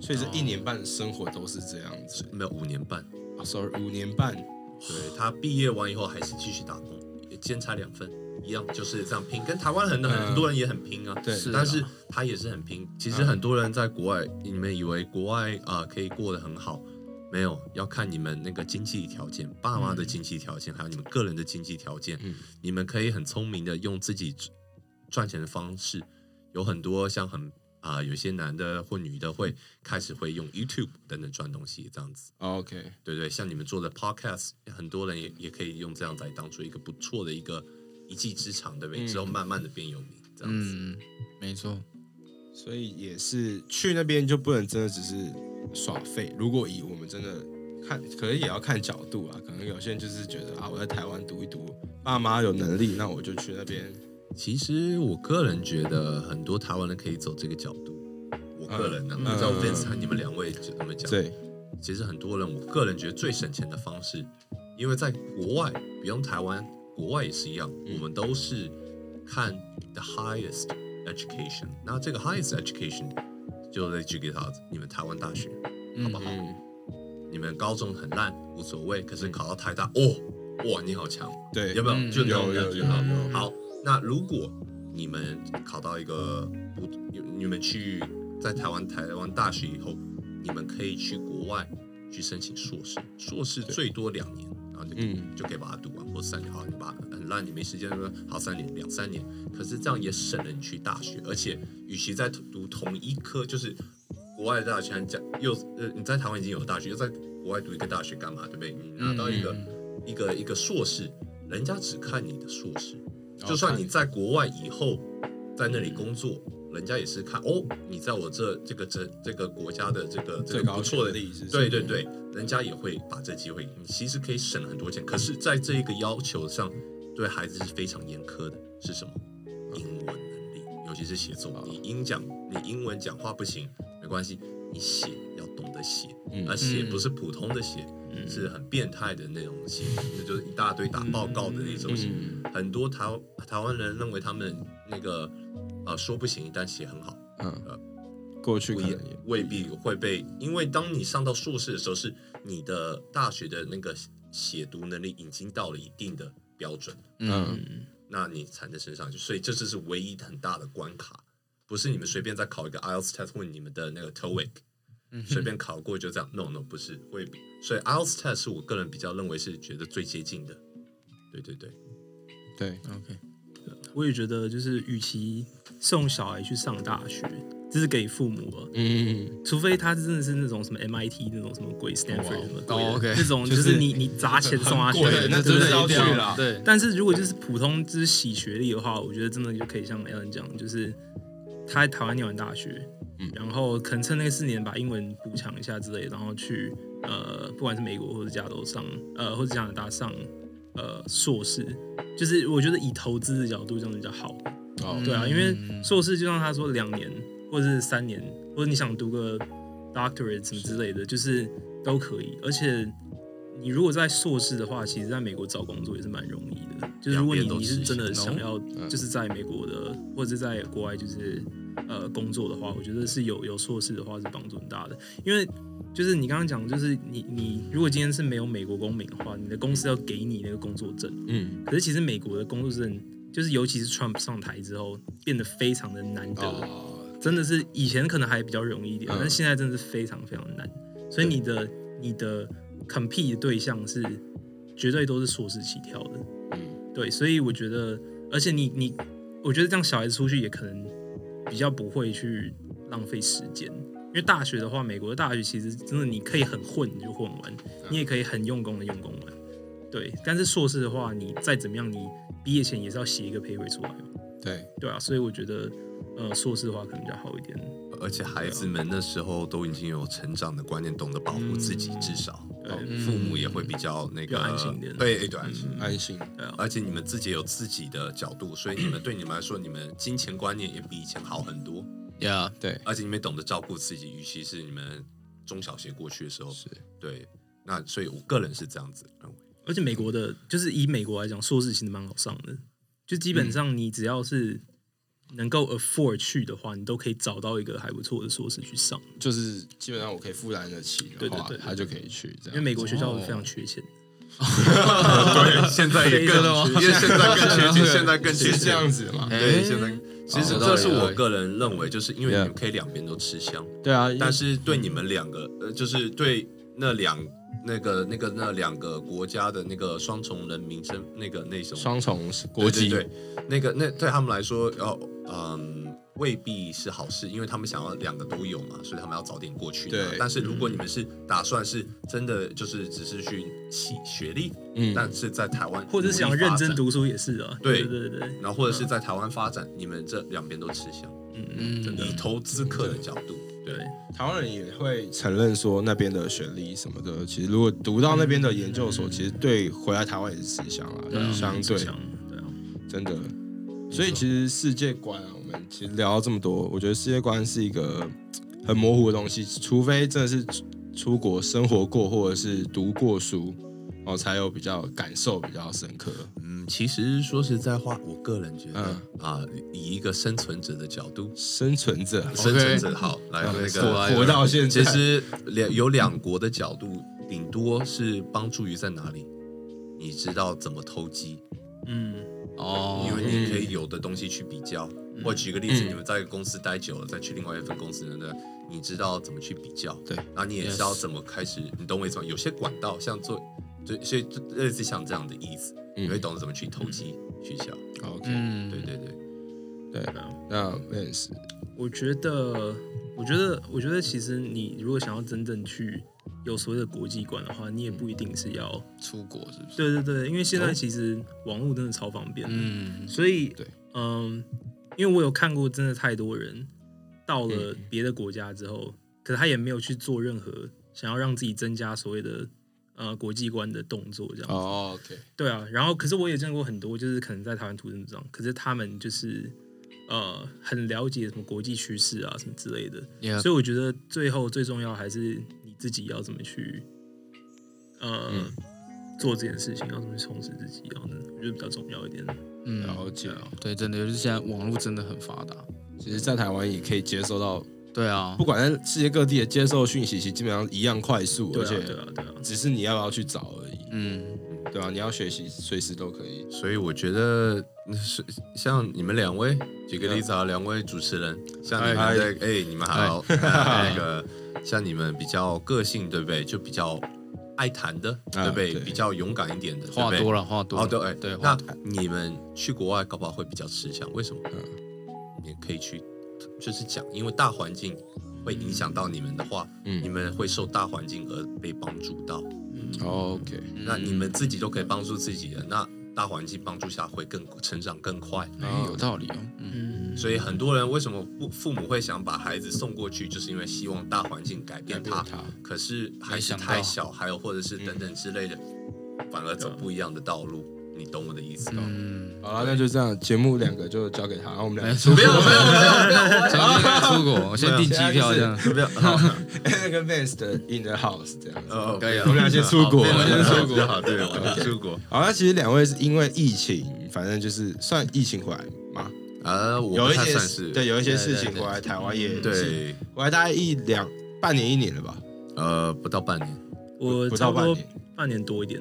S3: 所以这一年半的生活都是这样子。
S2: 没有五年半。
S3: 啊，sorry，五年半，
S2: 对他毕业完以后还是继续打工，也兼差两份，一样就是这样拼。跟台湾很多
S3: 嗯
S2: 很多人也很拼啊，
S3: 对
S4: 是
S2: 但
S4: 啊
S2: 是他也是很拼。其实
S3: 嗯
S2: 很多人在国外，你们以为国外啊、呃可以过得很好，没有，要看你们那个经济条件，爸妈的经济条件，还有你们个人的经济条件。
S3: 嗯
S2: 你们可以很聪明的用自己赚赚钱的方式，有很多像很啊、有些男的或女的会开始会用 YouTube 等等赚东西这样子。
S3: 哦，OK，
S2: 对对，像你们做的 podcast，很多人也也可以用这样来当做一个不错的一个一技之长，对不对？
S3: 嗯
S2: 之后慢慢的变有名，这样子。
S4: 嗯，没错，
S3: 所以也是去那边就不能真的只是耍废。如果以我们真的看，可能也要看角度啊。可能有些人就是觉得啊，我在台湾读一读，爸妈有能力，那我就去那边。
S2: 其实我个人觉得很多台湾人可以走这个角度。我个人呢、啊
S3: 嗯
S2: 不知道
S3: 嗯
S2: Vince 和你们两位怎么讲？，
S3: 对，
S2: 其实很多人，我个人觉得最省钱的方式，因为在国外，不用台湾，国外也是一样，
S3: 嗯
S2: 我们都是看 the highest education。那这个 highest education，就再举给他你们台湾大学，好不好？
S3: 嗯，
S2: 你们高中很烂无所谓，可是考到台大，哦，哇，你好强，
S3: 对，
S2: 有没有？
S4: 嗯
S2: 就那种
S3: 有有
S2: 感觉
S3: 有
S2: 好
S3: 有
S2: 好，那如果你们考到一个不，你你们去在台湾台湾大学以后，你们可以去国外去申请硕士，硕士最多两年，然后就、
S3: 嗯
S2: 就可以把它读完，或三年。好，你把很烂，你没时间了，好三年，两三年。可是这样也省了你去大学，而且与其在读同一科，就是国外的大学，还讲又呃你在台湾已经有大学，又在国外读一个大学干嘛？对不对？嗯你拿到一个、
S3: 嗯
S2: 一个一个硕士，人家只看你的硕士，
S3: 哦
S2: 就算
S3: 看
S2: 你
S3: 你
S2: 在国外以后在那里工作，人家也是看哦，你在我这这个这这个国家的这个这
S3: 最
S2: 个不
S3: 高
S2: 错
S3: 学
S2: 的
S3: 历是什么
S2: 对对对，人家也会把这机会给你，其实可以省很多钱。可是，在这一个要求上，对孩子是非常严苛的，是什么？英文能力，尤其是写作，
S3: 哦
S2: 你英讲你英文讲话不行没关系，你写要懂得写，
S3: 嗯
S2: 而写
S4: 嗯
S2: 不是普通的写，是很变态的那种写，那就是一大堆打报告的那种写。
S3: 嗯
S2: 很多台台湾人认为他们那个呃说不行，但写很好，
S3: 嗯，过去
S2: 不
S3: 可
S2: 一
S3: 能
S2: 样
S3: 也
S2: 未必会被，因为当你上到硕士的时候，是你的大学的那个写读能力已经到了一定的标准，
S4: 嗯，
S3: 嗯
S2: 那你才能升上去。所以这就是唯一很大的关卡，不是你们随便再考一个 IELTS test 或你们的那个 TOEIC，随便考过就这样。No No，不是会比。所以 IELTS test 是我个人比较认为是觉得最接近的。对对对，
S3: 对，
S4: ，OK，
S5: 我也觉得，就是与其送小孩去上大学，这是给父母了，
S3: 嗯，
S5: 除非他真的是那种什么 MIT 那种什么鬼 Stanford 什么鬼的
S4: 哦，OK
S5: 那种，就是你你砸钱送他去
S3: 很贵
S5: 的，
S3: 那
S5: 对
S3: 真的
S5: 对
S3: 要
S5: 对
S3: 去啦
S4: 对，
S5: 但是如果就是普通就是洗学历的话，我觉得真的就可以像 Alan 讲，就是他在台湾念完大学，
S3: 嗯
S5: 然后可能趁那个四年把英文补强一下之类，然后去呃，不管是美国或者加州上，呃，或者加拿大上呃硕士，就是我觉得以投资的角度这样比较好。
S3: 哦，
S5: 对啊，
S4: 嗯
S5: 因为
S4: 嗯嗯
S5: 硕士就像他说两年或者是三年，或者你想读个 doctorate 什么之类的，就是都可以。而且你如果在硕士的话，其实在美国找工作也是蛮容易的。就是如果你
S2: 两边都
S5: 你
S2: 吃
S5: 是真的
S4: 香
S5: 想要
S3: 嗯
S5: 就是在美国的或者是在国外就是呃工作的话，我觉得是有有硕士的话是帮助很大的，因为。就是你刚刚讲，就是你你如果今天是没有美国公民的话，你的公司要给你那个工作证，
S3: 嗯，
S5: 可是其实美国的工作证，就是尤其是 Trump 上台之后，变得非常的难得，
S3: 哦，
S5: 真的是以前可能还比较容易一点，
S3: 嗯
S5: 但现在真的是非常非常难。所以你的你的 compete 的对象是绝对都是硕士起跳的，
S3: 嗯，
S5: 对，所以我觉得，而且你你，我觉得这样小孩子出去也可能比较不会去浪费时间，因为大学的话，美国的大学其实真的你可以很混你就混完，你也可以很用功的用功完，对。但是硕士的话，你再怎么样，你毕业前也是要写一个 paper 出来嘛，
S3: 对，
S5: 对啊，所以我觉得，呃，硕士的话可能比较好一点，
S2: 而且孩子们那时候都已经有成长的观念，懂得保护自己，至少。哦
S5: 对，
S2: 父母也会嗯比较那
S5: 比
S2: 个
S5: 较安心一点
S2: 对对安心。
S3: 安心，
S5: 啊
S2: 而且你们自己有自己的角度，所以你们对你们来说，你们金钱观念也比以前好很多，
S4: 呀，
S3: 对，
S2: 而且你们也懂得照顾自己，与其是你们中小学过去的时候，
S3: 是，
S2: 对，那所以我个人是这样子认为，
S5: 而且美国的，就是以美国来讲，硕士其实蛮好上的，就基本上你只要是能够 afford 去的话，你都可以找到一个还不错的硕士去上，
S3: 就是基本上我可以负担得起的
S5: 对对
S3: 话，
S5: 对对
S3: 他就可以去这样。
S5: 因为美国学校非常缺钱。
S2: 对，现在也更
S4: 真的吗，
S2: 因为现在更缺钱，现在更 缺
S3: 是这
S2: 钱
S3: 样。子嘛？
S2: 对，现在哎其实
S4: 哦有道
S2: 这
S4: 理
S2: 是
S4: 有道
S2: 我
S4: 理
S2: 个人认为，就是因为
S3: Yeah
S2: 你们可以两边都吃香，
S3: 对啊，
S2: 但是对你们两个，呃，就是对那两那个那个那两个国家的那个双重人民身那个那什么
S3: 双重国籍，
S2: 对对对那个那对他们来说，要嗯未必是好事，因为他们想要两个都有嘛，所以他们要早点过去拿。
S3: 对
S2: 但是如果你们是打算是真的就是只是去吸学历，
S3: 嗯
S2: 但是在台湾
S5: 或者是
S2: 努
S5: 想
S2: 力发
S5: 认真
S2: 展，
S5: 读书也是啊。
S2: 对
S5: 对对对，
S2: 然后或者是在台湾发展，你们这两边都吃香。
S4: 嗯，真
S2: 以投资客的角度，
S5: 对，
S3: 台湾人也会承认说那边的学历什么的，其实如果读到那边的研究所，其实对回来台湾也是吃香啦，
S5: 对啊
S3: 嗯相对
S5: 强，对啊，
S3: 真的。所以其实世界观啊，我们其实聊到这么多，我觉得世界观是一个很模糊的东西，除非真的是出出国生活过或者是读过书，然后才有比较感受比较深刻。
S2: 嗯，其实说实在话，我个人觉得啊、
S3: 嗯
S2: 以一个生存者的角度，
S3: 生存者，
S2: 生存者好来那
S3: 活
S2: 个
S3: 活到现在，
S2: 其实两有两国的角度，顶多是帮助于在哪里，你知道怎么投机，
S5: 嗯，
S4: 哦
S2: 因，为你可以有的东西去比较。
S3: 嗯
S2: 我举个例子，你们在一个公司待久了，再去另外一份公司呢，你知道怎么去比较，
S3: 对
S2: 然后你也知道怎么开始，你懂我意思吗？有些管道像做，对，所以就类似像这样的意思，
S3: 嗯
S2: 你会懂得怎么去投机取巧。
S3: 哦 OK，、
S4: 嗯，
S2: 对对对，
S3: 对
S5: 对啊。
S3: 那 Vance，
S5: 我觉得，我觉得，我觉得，其实你如果想要真正去有所谓的国际观的话，你也不一定是要，
S4: 出国是不是？
S5: 对对对，因为现在其实网络真的超方便的，
S4: 嗯，
S5: 所以
S3: 对，
S5: 嗯，因为我有看过真的太多人到了
S3: 嗯
S5: 别的国家之后，可是他也没有去做任何想要让自己增加所谓的呃国际观的动作，这样子。
S3: 哦，OK，
S5: 对啊，然后可是我也见过很多，就是可能在台湾土生土长，可是他们就是呃很了解什么国际趋势啊什么之类的
S4: Yeah
S5: 所以我觉得最后最重要还是你自己要怎么去呃、
S3: 嗯
S5: 做这件事情，要怎么去充实自己，然后呢，我觉得比较重要一点。
S3: 嗯了解。
S4: 对，真的，就是现在网络真的很发达。
S3: 其实，在台湾也可以接收到，
S4: 对啊
S3: 不，管在世界各地的接受讯息，其实基本上一样快速，
S5: 对
S3: 而
S5: 啊，
S3: 且
S5: 对啊，对啊，
S3: 只是你要不要去找而已，
S4: 嗯，
S3: 对啊吧、你要学习，随时都可以。
S2: 所以我觉得嗯是像你们两位，举个例子啊，两位主持人，像你们
S3: 哎
S2: 的哎，你们还有 那 个像你们比较个性，对不对？就比较爱谈的，
S3: 啊
S2: 对不对？
S3: 对
S2: 比较勇敢一点的，对不
S4: 话
S2: 对
S4: 多了，话多了。
S2: 哦，对，哎，
S4: 对，话
S2: 那
S4: 多
S2: 你们去国外搞不好会比较吃香，为什么？
S4: 嗯
S2: 你可以去，就是讲，因为大环境会影响到你们的话，
S3: 嗯
S2: 你们会受大环境而被帮助到。
S3: OK，
S2: 那你们自己都可以帮助自己的，那大环境帮助下会更成长更快。
S4: 哎有道理哦。嗯，
S5: 嗯，
S2: 所以很多人为什么父父母会想把孩子送过去，就是因为希望大环境改变他，
S3: 改变
S2: 可是还是
S4: 没想到
S2: 太小，还有或者是等等之类的，反而走不一样的道路。你懂我的意思吗？
S4: 嗯
S3: 好了，那就这样，节目两个就交给他，然后我们两
S4: 没
S3: 个
S4: 错，
S2: 没有没有没有没有，
S4: 真的应该哎出国，我先订机票这样。
S2: 没有，好，
S3: 那个 Vance 的 In the House 这样子。
S2: 呃，
S4: 可以啊
S2: 我
S4: 我们
S3: 俩先出国
S2: 我们
S3: 我们先
S2: 出国，好，对，我们出国。
S3: 好，那其实两位是因为疫情，反正就是算疫情回来嘛，
S2: 啊，我
S3: 有
S2: 不
S3: 一
S2: 太
S3: 些
S2: 算是
S3: 对，有一些
S4: 对
S3: 事
S4: 对
S3: 情
S4: 对
S3: 回来台湾也是，
S2: 对，
S3: 回来大概一两半年一年了吧，
S2: 呃，不到半年，
S5: 我
S3: 不
S5: 差
S3: 到
S5: 不
S3: 半
S5: 多
S3: 年，
S5: 半年多一点，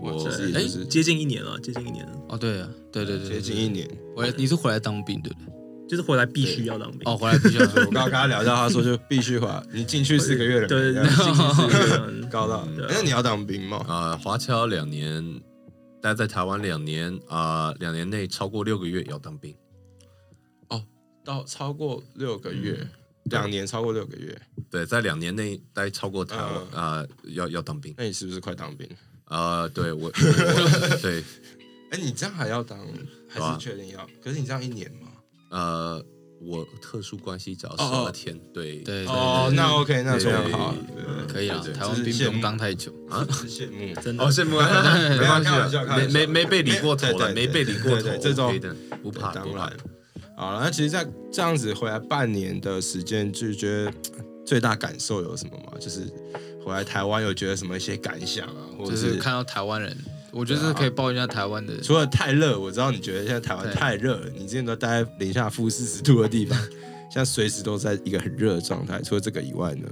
S2: 我
S3: 其实也就是
S5: 接近一年了，接近一年了，
S4: 哦，对啊，对对对，
S3: 接
S4: 对
S3: 近一。年。
S4: 对回来你是回来当兵对不对？
S5: 就是回来必须要当兵。
S4: 哦，回来比较
S3: 我刚刚跟他聊到，他说就必须回来，你进去四个月了，
S5: 对对
S3: 这样
S5: 对，对
S3: 高到，
S5: 对
S3: 那你要当兵吗？
S2: 呃，华侨两年，待在台湾两年啊、两年内超过六个月要当兵。
S3: 到超过六个月，两年超过六个月，
S2: 对，在两年内待超过台湾
S3: 嗯
S2: 啊、要要当兵。
S3: 那你是不是快当兵？
S2: 啊，对我，我对，
S3: 哎，你这样还要当，还
S2: 啊
S3: 是确定要？可是你这样一年吗？
S2: 呃，我特殊关系只要十
S3: 哦
S2: 二
S3: 哦
S2: 天，对
S4: 对对
S3: 哦，那 OK，那这样好，
S4: 可以啊，
S2: 对对
S4: 台湾兵不用当太久。
S3: 是羡慕。
S5: 真的
S2: 哦，羡慕啊， 没关系
S3: 开
S2: 啊
S3: 玩笑开，玩
S2: 没
S3: 笑
S2: 没没被理过头了，
S3: 对
S2: 没
S3: 对
S2: 被理过
S3: 对对
S2: 头，
S3: 对这种
S2: OK 的，不怕，
S3: 当
S2: 不怕
S3: 然。好了，那其实，在这样子回来半年的时间，就觉得呃最大感受有什么吗？就是回来台湾有觉得什么一些感想啊，或
S4: 就
S3: 者
S4: 是啊
S3: 是
S4: 看到台湾人我觉得这可以报一下台湾的。
S3: 除了太热，我知道你觉得现在台湾
S4: 对
S3: 太热了，你之前都待在零下负四十度的地方，现在随时都在一个很热的状态。除了这个以外呢，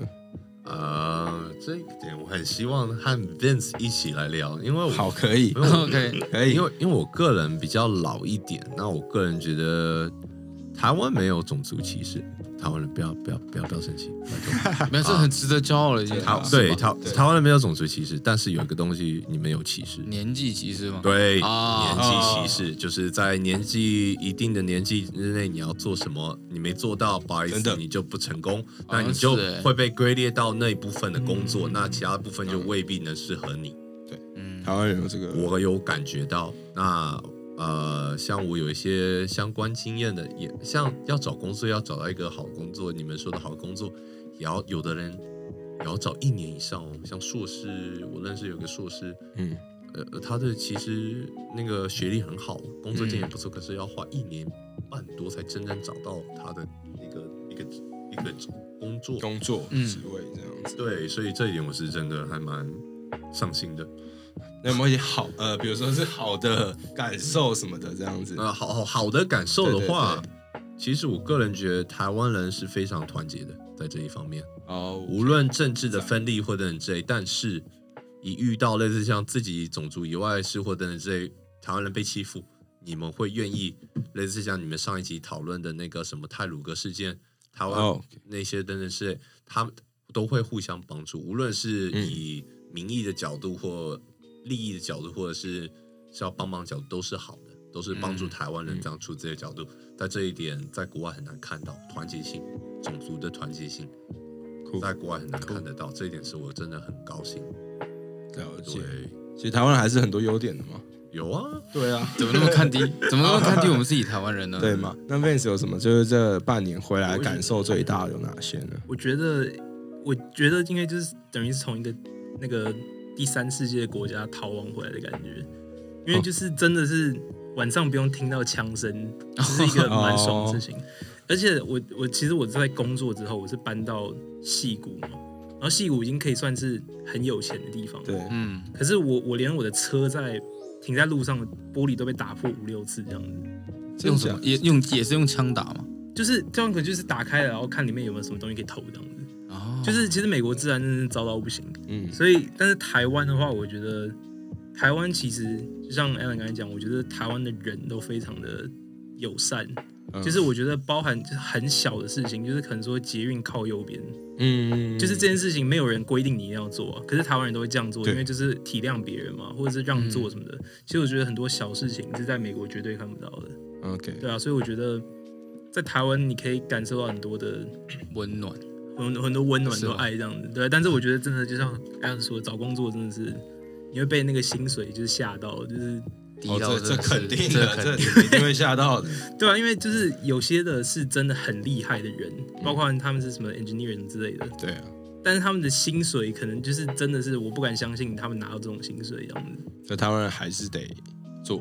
S2: 呃，这一点我很希望和 Vince 一起来聊，因为我
S3: 好，啊可以
S2: 因，为我
S4: OK，
S3: 可以
S2: 哦因，为因为我个人比较老一点，那我个人觉得台湾没有种族歧视，台湾人不要不要不要不要生气，
S4: 没有，这很值得骄傲的一件事
S2: 台
S4: 吧。
S2: 对台
S3: 对
S2: 台湾人没有种族歧视，但是有一个东西你们有歧视，
S4: 年纪歧视吗？
S2: 对，
S4: 啊
S2: 年纪歧视就是在年纪一定的年纪之内，你要做什么，你没做到，不好意
S3: 真
S2: 思
S3: 的，
S2: 你就不成功，
S4: 好
S2: 那
S4: 像
S2: 你就是
S4: 欸
S2: 会被归列到那一部分的工作，那其他部分就未必能适合你。
S4: 嗯，
S3: 台湾人有这个，
S2: 我有感觉到，那呃，像我有一些相关经验的，也像要找工作，要找到一个好工作，你们说的好工作，也要有的人也要找一年以上哦。像硕士，我认识有个硕士，
S3: 嗯，
S2: 呃，他的其实那个学历很好，工作经验也不错，可是要花一年半多才真正找到他的一个一个一个工作。
S3: 工作
S4: 嗯
S3: 职位这样子。
S2: 对，所以这一点我是真的还蛮上心的。
S3: 那有没有一些好呃，比如说是好的感受什么的这样子？
S2: 呃，好好好的感受的话，
S3: 对
S2: 其实我个人觉得台湾人是非常团结的，在这一方面，
S3: 哦，
S2: 无论政治的分裂或等等之类，但是一遇到类似像自己种族以外的事或等等之类，台湾人被欺负，你们会愿意类似像你们上一集讨论的那个什么泰鲁格事件，台湾
S3: 哦
S2: 那些等等之类，他们都会互相帮助，无论是
S3: 嗯
S2: 以民意的角度或利益的角度，或者是是要帮忙的角度，都是好的，都是帮助
S4: 嗯
S2: 台湾人这样出自己的角度。在这一点，在国外很难看到团结性，种族的团结性
S3: 酷，
S2: 在国外很难看得到。这一点是我真的很高兴。
S3: 了解。
S2: 对，
S3: 其实台湾人还是很多优点的嘛。
S2: 有啊，
S3: 对啊，
S4: 怎么那么 看低？怎么那么看低我们自己台湾人呢？
S3: 对嘛？那 Vance 有什么？就是这半年回来感受最大的有哪些呢？
S5: 我觉得，我觉得应该就是等于是从一个那个第三世界国家逃亡回来的感觉，因为就是真的是晚上不用听到枪声，这是一 个蛮爽的事
S3: 哦
S5: 情。而且我我其实我在工作之后，我是搬到戏谷嘛，然后戏谷已经可以算是很有钱的地方了。
S3: 对，
S4: 嗯，
S5: 可是我我连我的车在停在路上的玻璃都被打破五六次这样子，
S4: 用什么？也用也是用枪打嘛。
S5: 就是这样可能就是打开了，然后看里面有没有什么东西可以偷这样子。
S4: 哦，
S5: 就是其实美国治安真的是糟到不行，
S3: 嗯，
S5: 所以但是台湾的话，我觉得台湾其实就像 Alan 刚才讲，我觉得台湾的人都非常的友善，
S3: 嗯
S5: 就是我觉得包含就是很小的事情，就是可能说捷运靠右边，
S3: 嗯，
S5: 就是这件事情没有人规定你一定要做、啊，可是台湾人都会这样做，
S3: 对嗯
S5: 因为就是体谅别人嘛，或者是让座什么的。其实我觉得很多小事情是在美国绝对看不到的，
S3: OK，
S5: 对啊，所以我觉得在台湾你可以感受到很多的
S4: 温暖。
S5: 很很多温暖、很
S3: 啊
S4: 是
S5: 多
S4: 吗
S5: 爱这样子，对。但是我觉得真的就像刚才说，找工作真的是你会被那个薪水就是吓到，就是
S4: 低
S3: 哦，
S4: 到
S3: 这
S4: 真
S3: 这
S4: 的是
S3: 肯定
S4: 这
S3: 的，
S4: 肯
S3: 这
S4: 定
S3: 你一定会吓到的。
S5: 对啊，因为就是有些的是真的很厉害的人，
S3: 嗯
S5: 包括他们是什么 engineer 之类的，
S3: 对啊，
S5: 但是他们的薪水可能就是真的是我不敢相信他们拿到这种薪水这样子。
S3: 所以台湾人还是得做。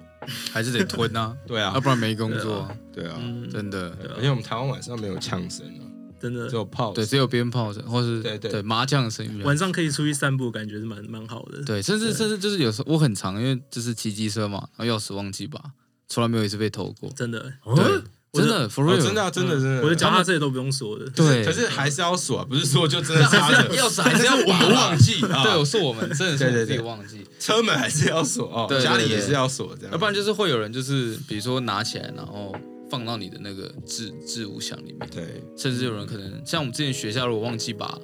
S4: 还是得吞啊，
S3: 对
S4: 要
S3: 啊，
S4: 不然没工作，
S3: 对啊，
S5: 嗯，
S4: 真的。
S3: 而且我们台湾晚上没有枪声啊，
S5: 真的
S3: 只有炮
S4: 对，
S3: 声。
S4: 只有鞭炮声，或是
S3: 对对
S4: 麻将声比较
S5: 晚上可以出去散步，感觉是蛮蛮好的。
S4: 对，甚至
S5: 对
S4: 甚至就是有时候我很常，因为就是骑机车嘛，然后钥匙忘记拔，从来没有一次被偷过。
S5: 真的，
S4: 对，真的，for
S3: 哦
S4: real，
S3: 真的啊，真的，真的。
S5: 我的脚踏车也都不用锁的。
S4: 对，
S3: 可是还是要锁啊，不是说就真的插着，
S4: 钥匙还是 要 拔
S3: 我忘记啊，
S4: 对，是我们真的是
S3: 对对
S4: 我自己
S3: 对
S4: 忘记，
S3: 车门还是要锁哦
S4: 对，对
S3: 家里
S4: 对
S3: 也是要锁这样，
S4: 要不然就是会有人就是比如说拿起来，然后放到你的那个置置物箱里面，
S3: 对，
S4: 甚至有人可能像我们之前学校如果忘记拔，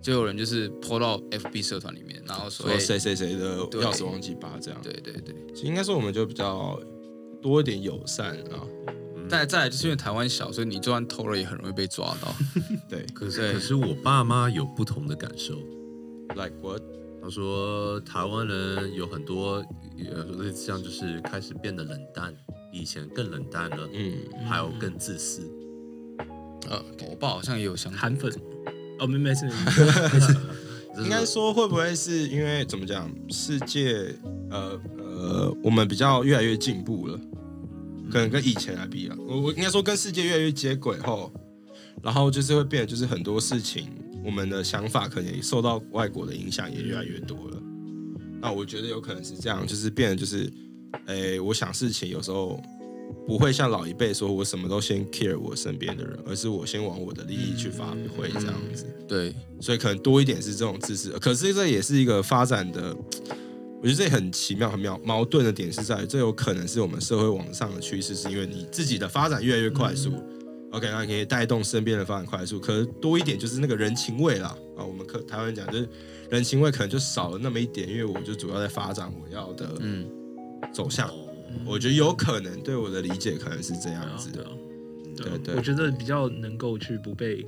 S4: 就有人就是泼到 FB 社团里面，然后说
S3: 说
S4: 哎
S3: 哦谁谁谁的
S4: 对
S3: 钥匙忘记拔这样。
S4: 对对对。
S3: 其实应该说我们就比较多一点友善啊，
S4: 再再来就是因为台湾小，所以你就算偷了也很容易被抓到。
S3: 对
S2: 可是
S4: 对
S2: 可是我爸妈有不同的感受。
S3: ，like what？
S2: 他说台湾人有很多呃类似像就是开始变得冷淡，比以前更冷淡了，
S3: 嗯，
S2: 还有更自私。
S4: 呃，
S2: 嗯
S4: 我爸好像也有相
S5: 韩粉，哦，没没事没事。
S2: 这
S3: 应该说会不会是因为怎么讲，世界呃呃，我们比较越来越进步了，可能跟以前来比啊，我我应该说跟世界越来越接轨后，然后就是会变得就是很多事情，我们的想法可能也受到外国的影响也越来越多了。那我觉得有可能是这样，就是变得就是，诶、我想事情有时候不会像老一辈说我什么都先 care 我身边的人，而是我先往我的利益去发挥这样子。
S4: 对，
S3: 所以可能多一点是这种自私。可是这也是一个发展的，我觉得这也很奇妙、很妙矛盾的点是在于，这有可能是我们社会往上的趋势，是因为你自己的发展越来越快速。OK，那你
S5: 嗯
S3: 可以带动身边的发展快速，可是多一点就是那个人情味啦啊！我们可台湾人讲就是人情味可能就少了那么一点，因为我就主要在发展我要的
S4: 嗯，
S3: 走向，我觉得有可能对我的理解可能是这样子
S5: 嗯对
S3: 的
S5: 啊，
S3: 对
S5: 对啊
S3: 对
S5: 我觉得比较能够去不被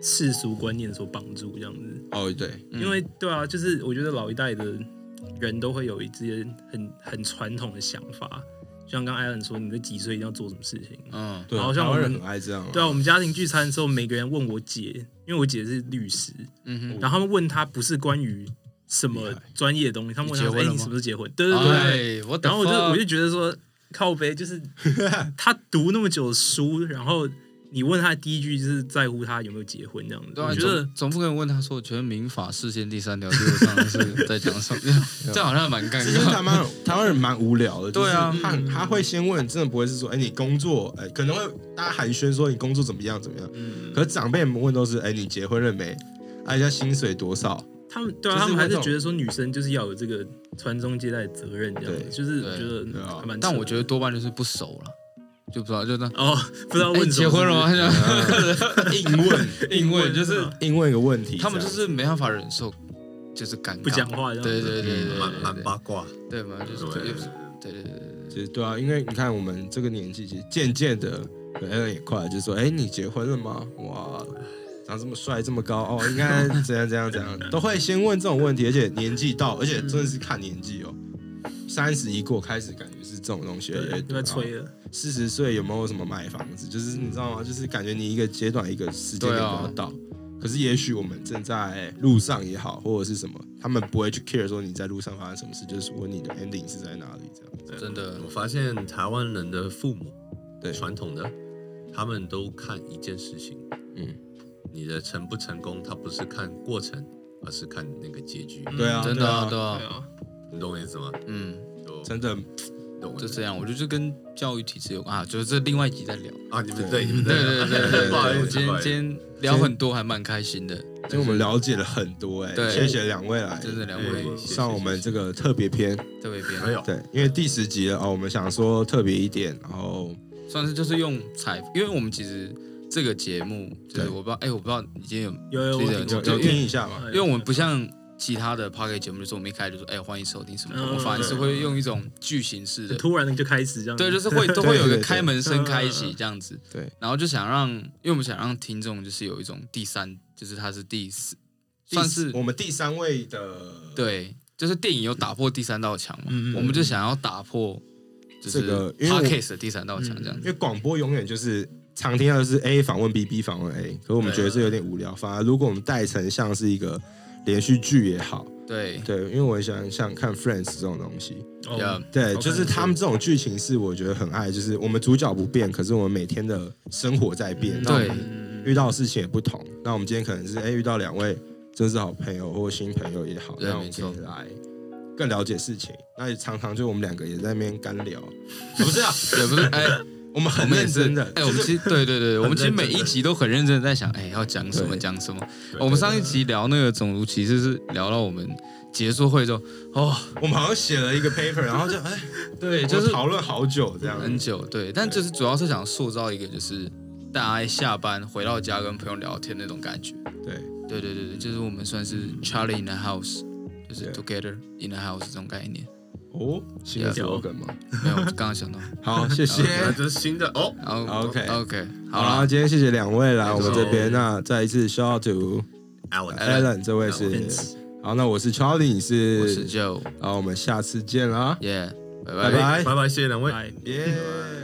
S5: 世俗观念所绑住这样子。
S3: 哦，对，
S5: 因为对啊，就是我觉得老一代的人都会有一些很很传统的想法，就像刚艾伦说，你在几岁一定要做什么事情。
S4: 嗯，
S3: 对啊，
S5: 好像
S3: 台
S5: 我
S3: 湾
S5: 们
S3: 人很爱这样、
S5: 对啊，我们家庭聚餐的时候，每个人问我姐，因为我姐是律师，
S4: 嗯哼，
S5: 然后他们问她不是关于什么
S3: 厉害
S5: 专业的东西，他们问
S4: 你
S5: 她
S4: 结
S5: 说：“
S4: 婚
S5: 哎，
S4: 了
S5: 你
S4: 吗
S5: 什么时候结婚？”对对对。
S4: 哎，我
S5: 然后我就我就觉得说，靠背就是 他读那么久的书，然后你问他的第一句就是在乎他有没有结婚这样子，
S4: 对啊，
S5: 我
S4: 你
S5: 觉得
S4: 总总不可能问他说，全民法视线第三条基本上是在讲什么？这 样这样好像蛮尴
S3: 其实台
S4: 尬。
S3: 湾人台湾人蛮无聊的，就是
S4: 对啊
S3: 他他会先问，真的不会是说，哎、你工作，哎、可能会大家寒暄说你工作怎么样怎么样，
S4: 嗯
S3: 可是长辈们问都是，哎、你结婚了没？哎、人家薪水多少？
S5: 他们对啊，
S3: 就是
S5: 他们还
S3: 会这
S5: 是
S3: 种
S5: 觉得说女生就是要有这个传宗接代的责任这样子，
S3: 对
S5: 就是
S4: 对
S5: 我觉得
S3: 对啊
S5: 嗯还蛮扯的。
S4: 但我觉得多半就是不熟了，就不知道就那
S5: 哦，不知道
S4: 哎
S5: 问什
S4: 结
S5: 么
S4: 婚了吗？
S5: 是
S4: 他想
S3: 硬问，
S4: 因为就
S5: 硬
S4: 是
S5: 问
S3: 硬问一个问题，
S4: 嗯他们就是没办法忍受，就是尴尬，
S5: 不是不讲话这样
S4: 对。对对对对
S2: 蛮
S4: 对
S2: 蛮
S4: 对
S2: 八卦，
S4: 对嘛，就是
S2: 对
S4: 就是对对对对，
S3: 这样其实对啊，因为你看我们这个年纪，其实渐渐的，可能也快，就是说，哎、你结婚了吗？哇。长这么帅，这么高哦，应该怎样怎样怎样，都会先问这种问题，而且年纪到，而且真的是看年纪哦，三十一过开始感觉是这种东西越
S4: 哎
S3: 来越多，
S5: 对，就
S4: 啊
S5: 在催了，
S3: 啊四十岁有没有什么买房子？就是你知道吗？就是感觉你一个阶段一个时间点
S4: 对
S3: 都
S4: 啊
S3: 要到，可是也许我们正在路上也好，或者是什么，他们不会去 care 说你在路上发生什么事，就是问你的 ending 是在哪里这样子。
S4: 对真
S5: 啊
S4: 的
S2: 我发现台湾人的父母
S3: 对，
S2: 传统的，他们都看一件事情，
S3: 嗯，
S2: 你的成不成功，他不是看过程，而是看那个结局，
S3: 对啊，
S4: 真的啊对
S3: 对啊，
S5: 对
S4: 啊，
S5: 啊，
S2: 你懂我意思吗？
S4: 嗯，
S2: 就
S3: 真的
S2: 懂我
S4: 就
S2: 意思
S4: 这样，我觉得就跟教育体制有关啊，就是这另外一集再聊。
S2: 啊，你们对你们
S4: 对 对对对，
S2: 不好意
S4: 我
S2: 思，
S4: 今
S2: 不
S4: 天
S2: 好意思
S4: 今天聊很多，还蛮开心的，
S3: 今天我们了解了很多哎、
S4: 对
S3: 谢谢两位来
S4: 真的两
S2: 对
S4: 位
S2: 哎谢谢
S3: 上我们这个特别篇，
S4: 特别
S2: 没
S4: 编，
S2: 有
S3: 对，因为第十集了哦，我们想说特别一点，然后
S4: 算是就是用采，因为我们其实这个节目就是
S3: 对
S4: 我不知道，哎，我不知道你今天有，
S5: 有有
S4: 记得就
S5: 我听
S3: 有
S5: 过
S4: 就
S3: 有听一下
S5: 哎
S3: 嘛，
S4: 因为我们不像。其他的 p o c k e t 节目就是我们一开始就说，哎、欢迎收听什么的，
S5: 嗯
S4: 我反而是会用一种剧情式的
S5: 就，突然就开始这样，
S4: 对，就是会都会有一
S3: 对对
S4: 个
S3: 对
S4: 开门声开启这样子，
S3: 对，
S4: 然后就想让，因为我们想让听众就是有一种第三，就是他是第四，算是
S3: 我们第三位的
S4: 对，就是电影有打破第三道墙嘛，
S5: 嗯嗯嗯
S4: 我们就想要打破就是
S3: 这个因为我嗯
S4: podcast 的第三道墙这样
S3: 因
S4: 子。
S3: 为广播永远就是常听到的是 A 访问 B，B 访问 A，可是我们觉得这有点无聊。反而如果我们带成像是一个连续剧也好，
S4: 对，
S3: 对，因为我很喜欢像看 Friends 这种东西，
S5: 哦
S4: 呀
S3: 对，
S5: 好看
S3: 就是他们这种剧情是我觉得很爱，就是我们主角不变，可是我们每天的生活在变，那我
S4: 对
S3: 们遇到的事情也不同。那我们今天可能是哎遇到两位真是好朋友或新朋友也好，
S4: 对
S3: 那我
S4: 没
S3: 们
S4: 错
S3: 可以来更了解事情。那也常常就我们两个也在那边干聊，不是啊，
S4: 也 不是哎，
S3: 我们
S4: 我
S3: 很
S4: 们也
S3: 认
S4: 是
S3: 真的，
S4: 哎，
S3: 就
S4: 我
S3: 是
S4: 们其实对对 对，我们其实
S2: 认真
S4: 每
S2: 的
S4: 一集都很认真的在想，哎，要讲什么
S3: 对
S4: 讲什么。我们上一集聊那个种族歧视是聊到我们结束会之后，哦，
S3: 我们好像写了一个 paper，然后就哎，
S4: 对，
S3: 就
S4: 就是是
S3: 讨论好久这样。
S4: 很久，对，但就是主要是想塑造一个就是大家下班回到家跟朋友聊天那种感觉。
S3: 对，
S4: 对对对对，就是我们算是 Charlie in the house，就是
S3: Yeah
S4: together in the house 这种概念。
S3: 哦，新的
S4: Yeah
S3: slogan 吗？
S4: 没有，我刚刚想到。
S3: 好，谢谢。
S2: 那这是新的哦，
S4: 然后
S3: OK
S4: OK，
S3: 好
S4: 好
S3: 啦，
S4: 了，
S3: 今天谢谢两位来
S4: 没
S3: 我
S4: 错
S3: 们这边。那再一次 shout out to
S2: 啊，
S4: 哎
S2: 我
S3: Alan，这位是
S5: Vince。
S3: 好，那我是 Charlie，你
S4: 我是
S3: 是，
S4: Joe，
S3: 好，我们下次见啦，
S4: 耶，拜
S3: 拜
S4: 拜。
S3: 拜，
S5: 哎
S2: 拜拜，谢谢两位。
S5: 拜
S3: 耶。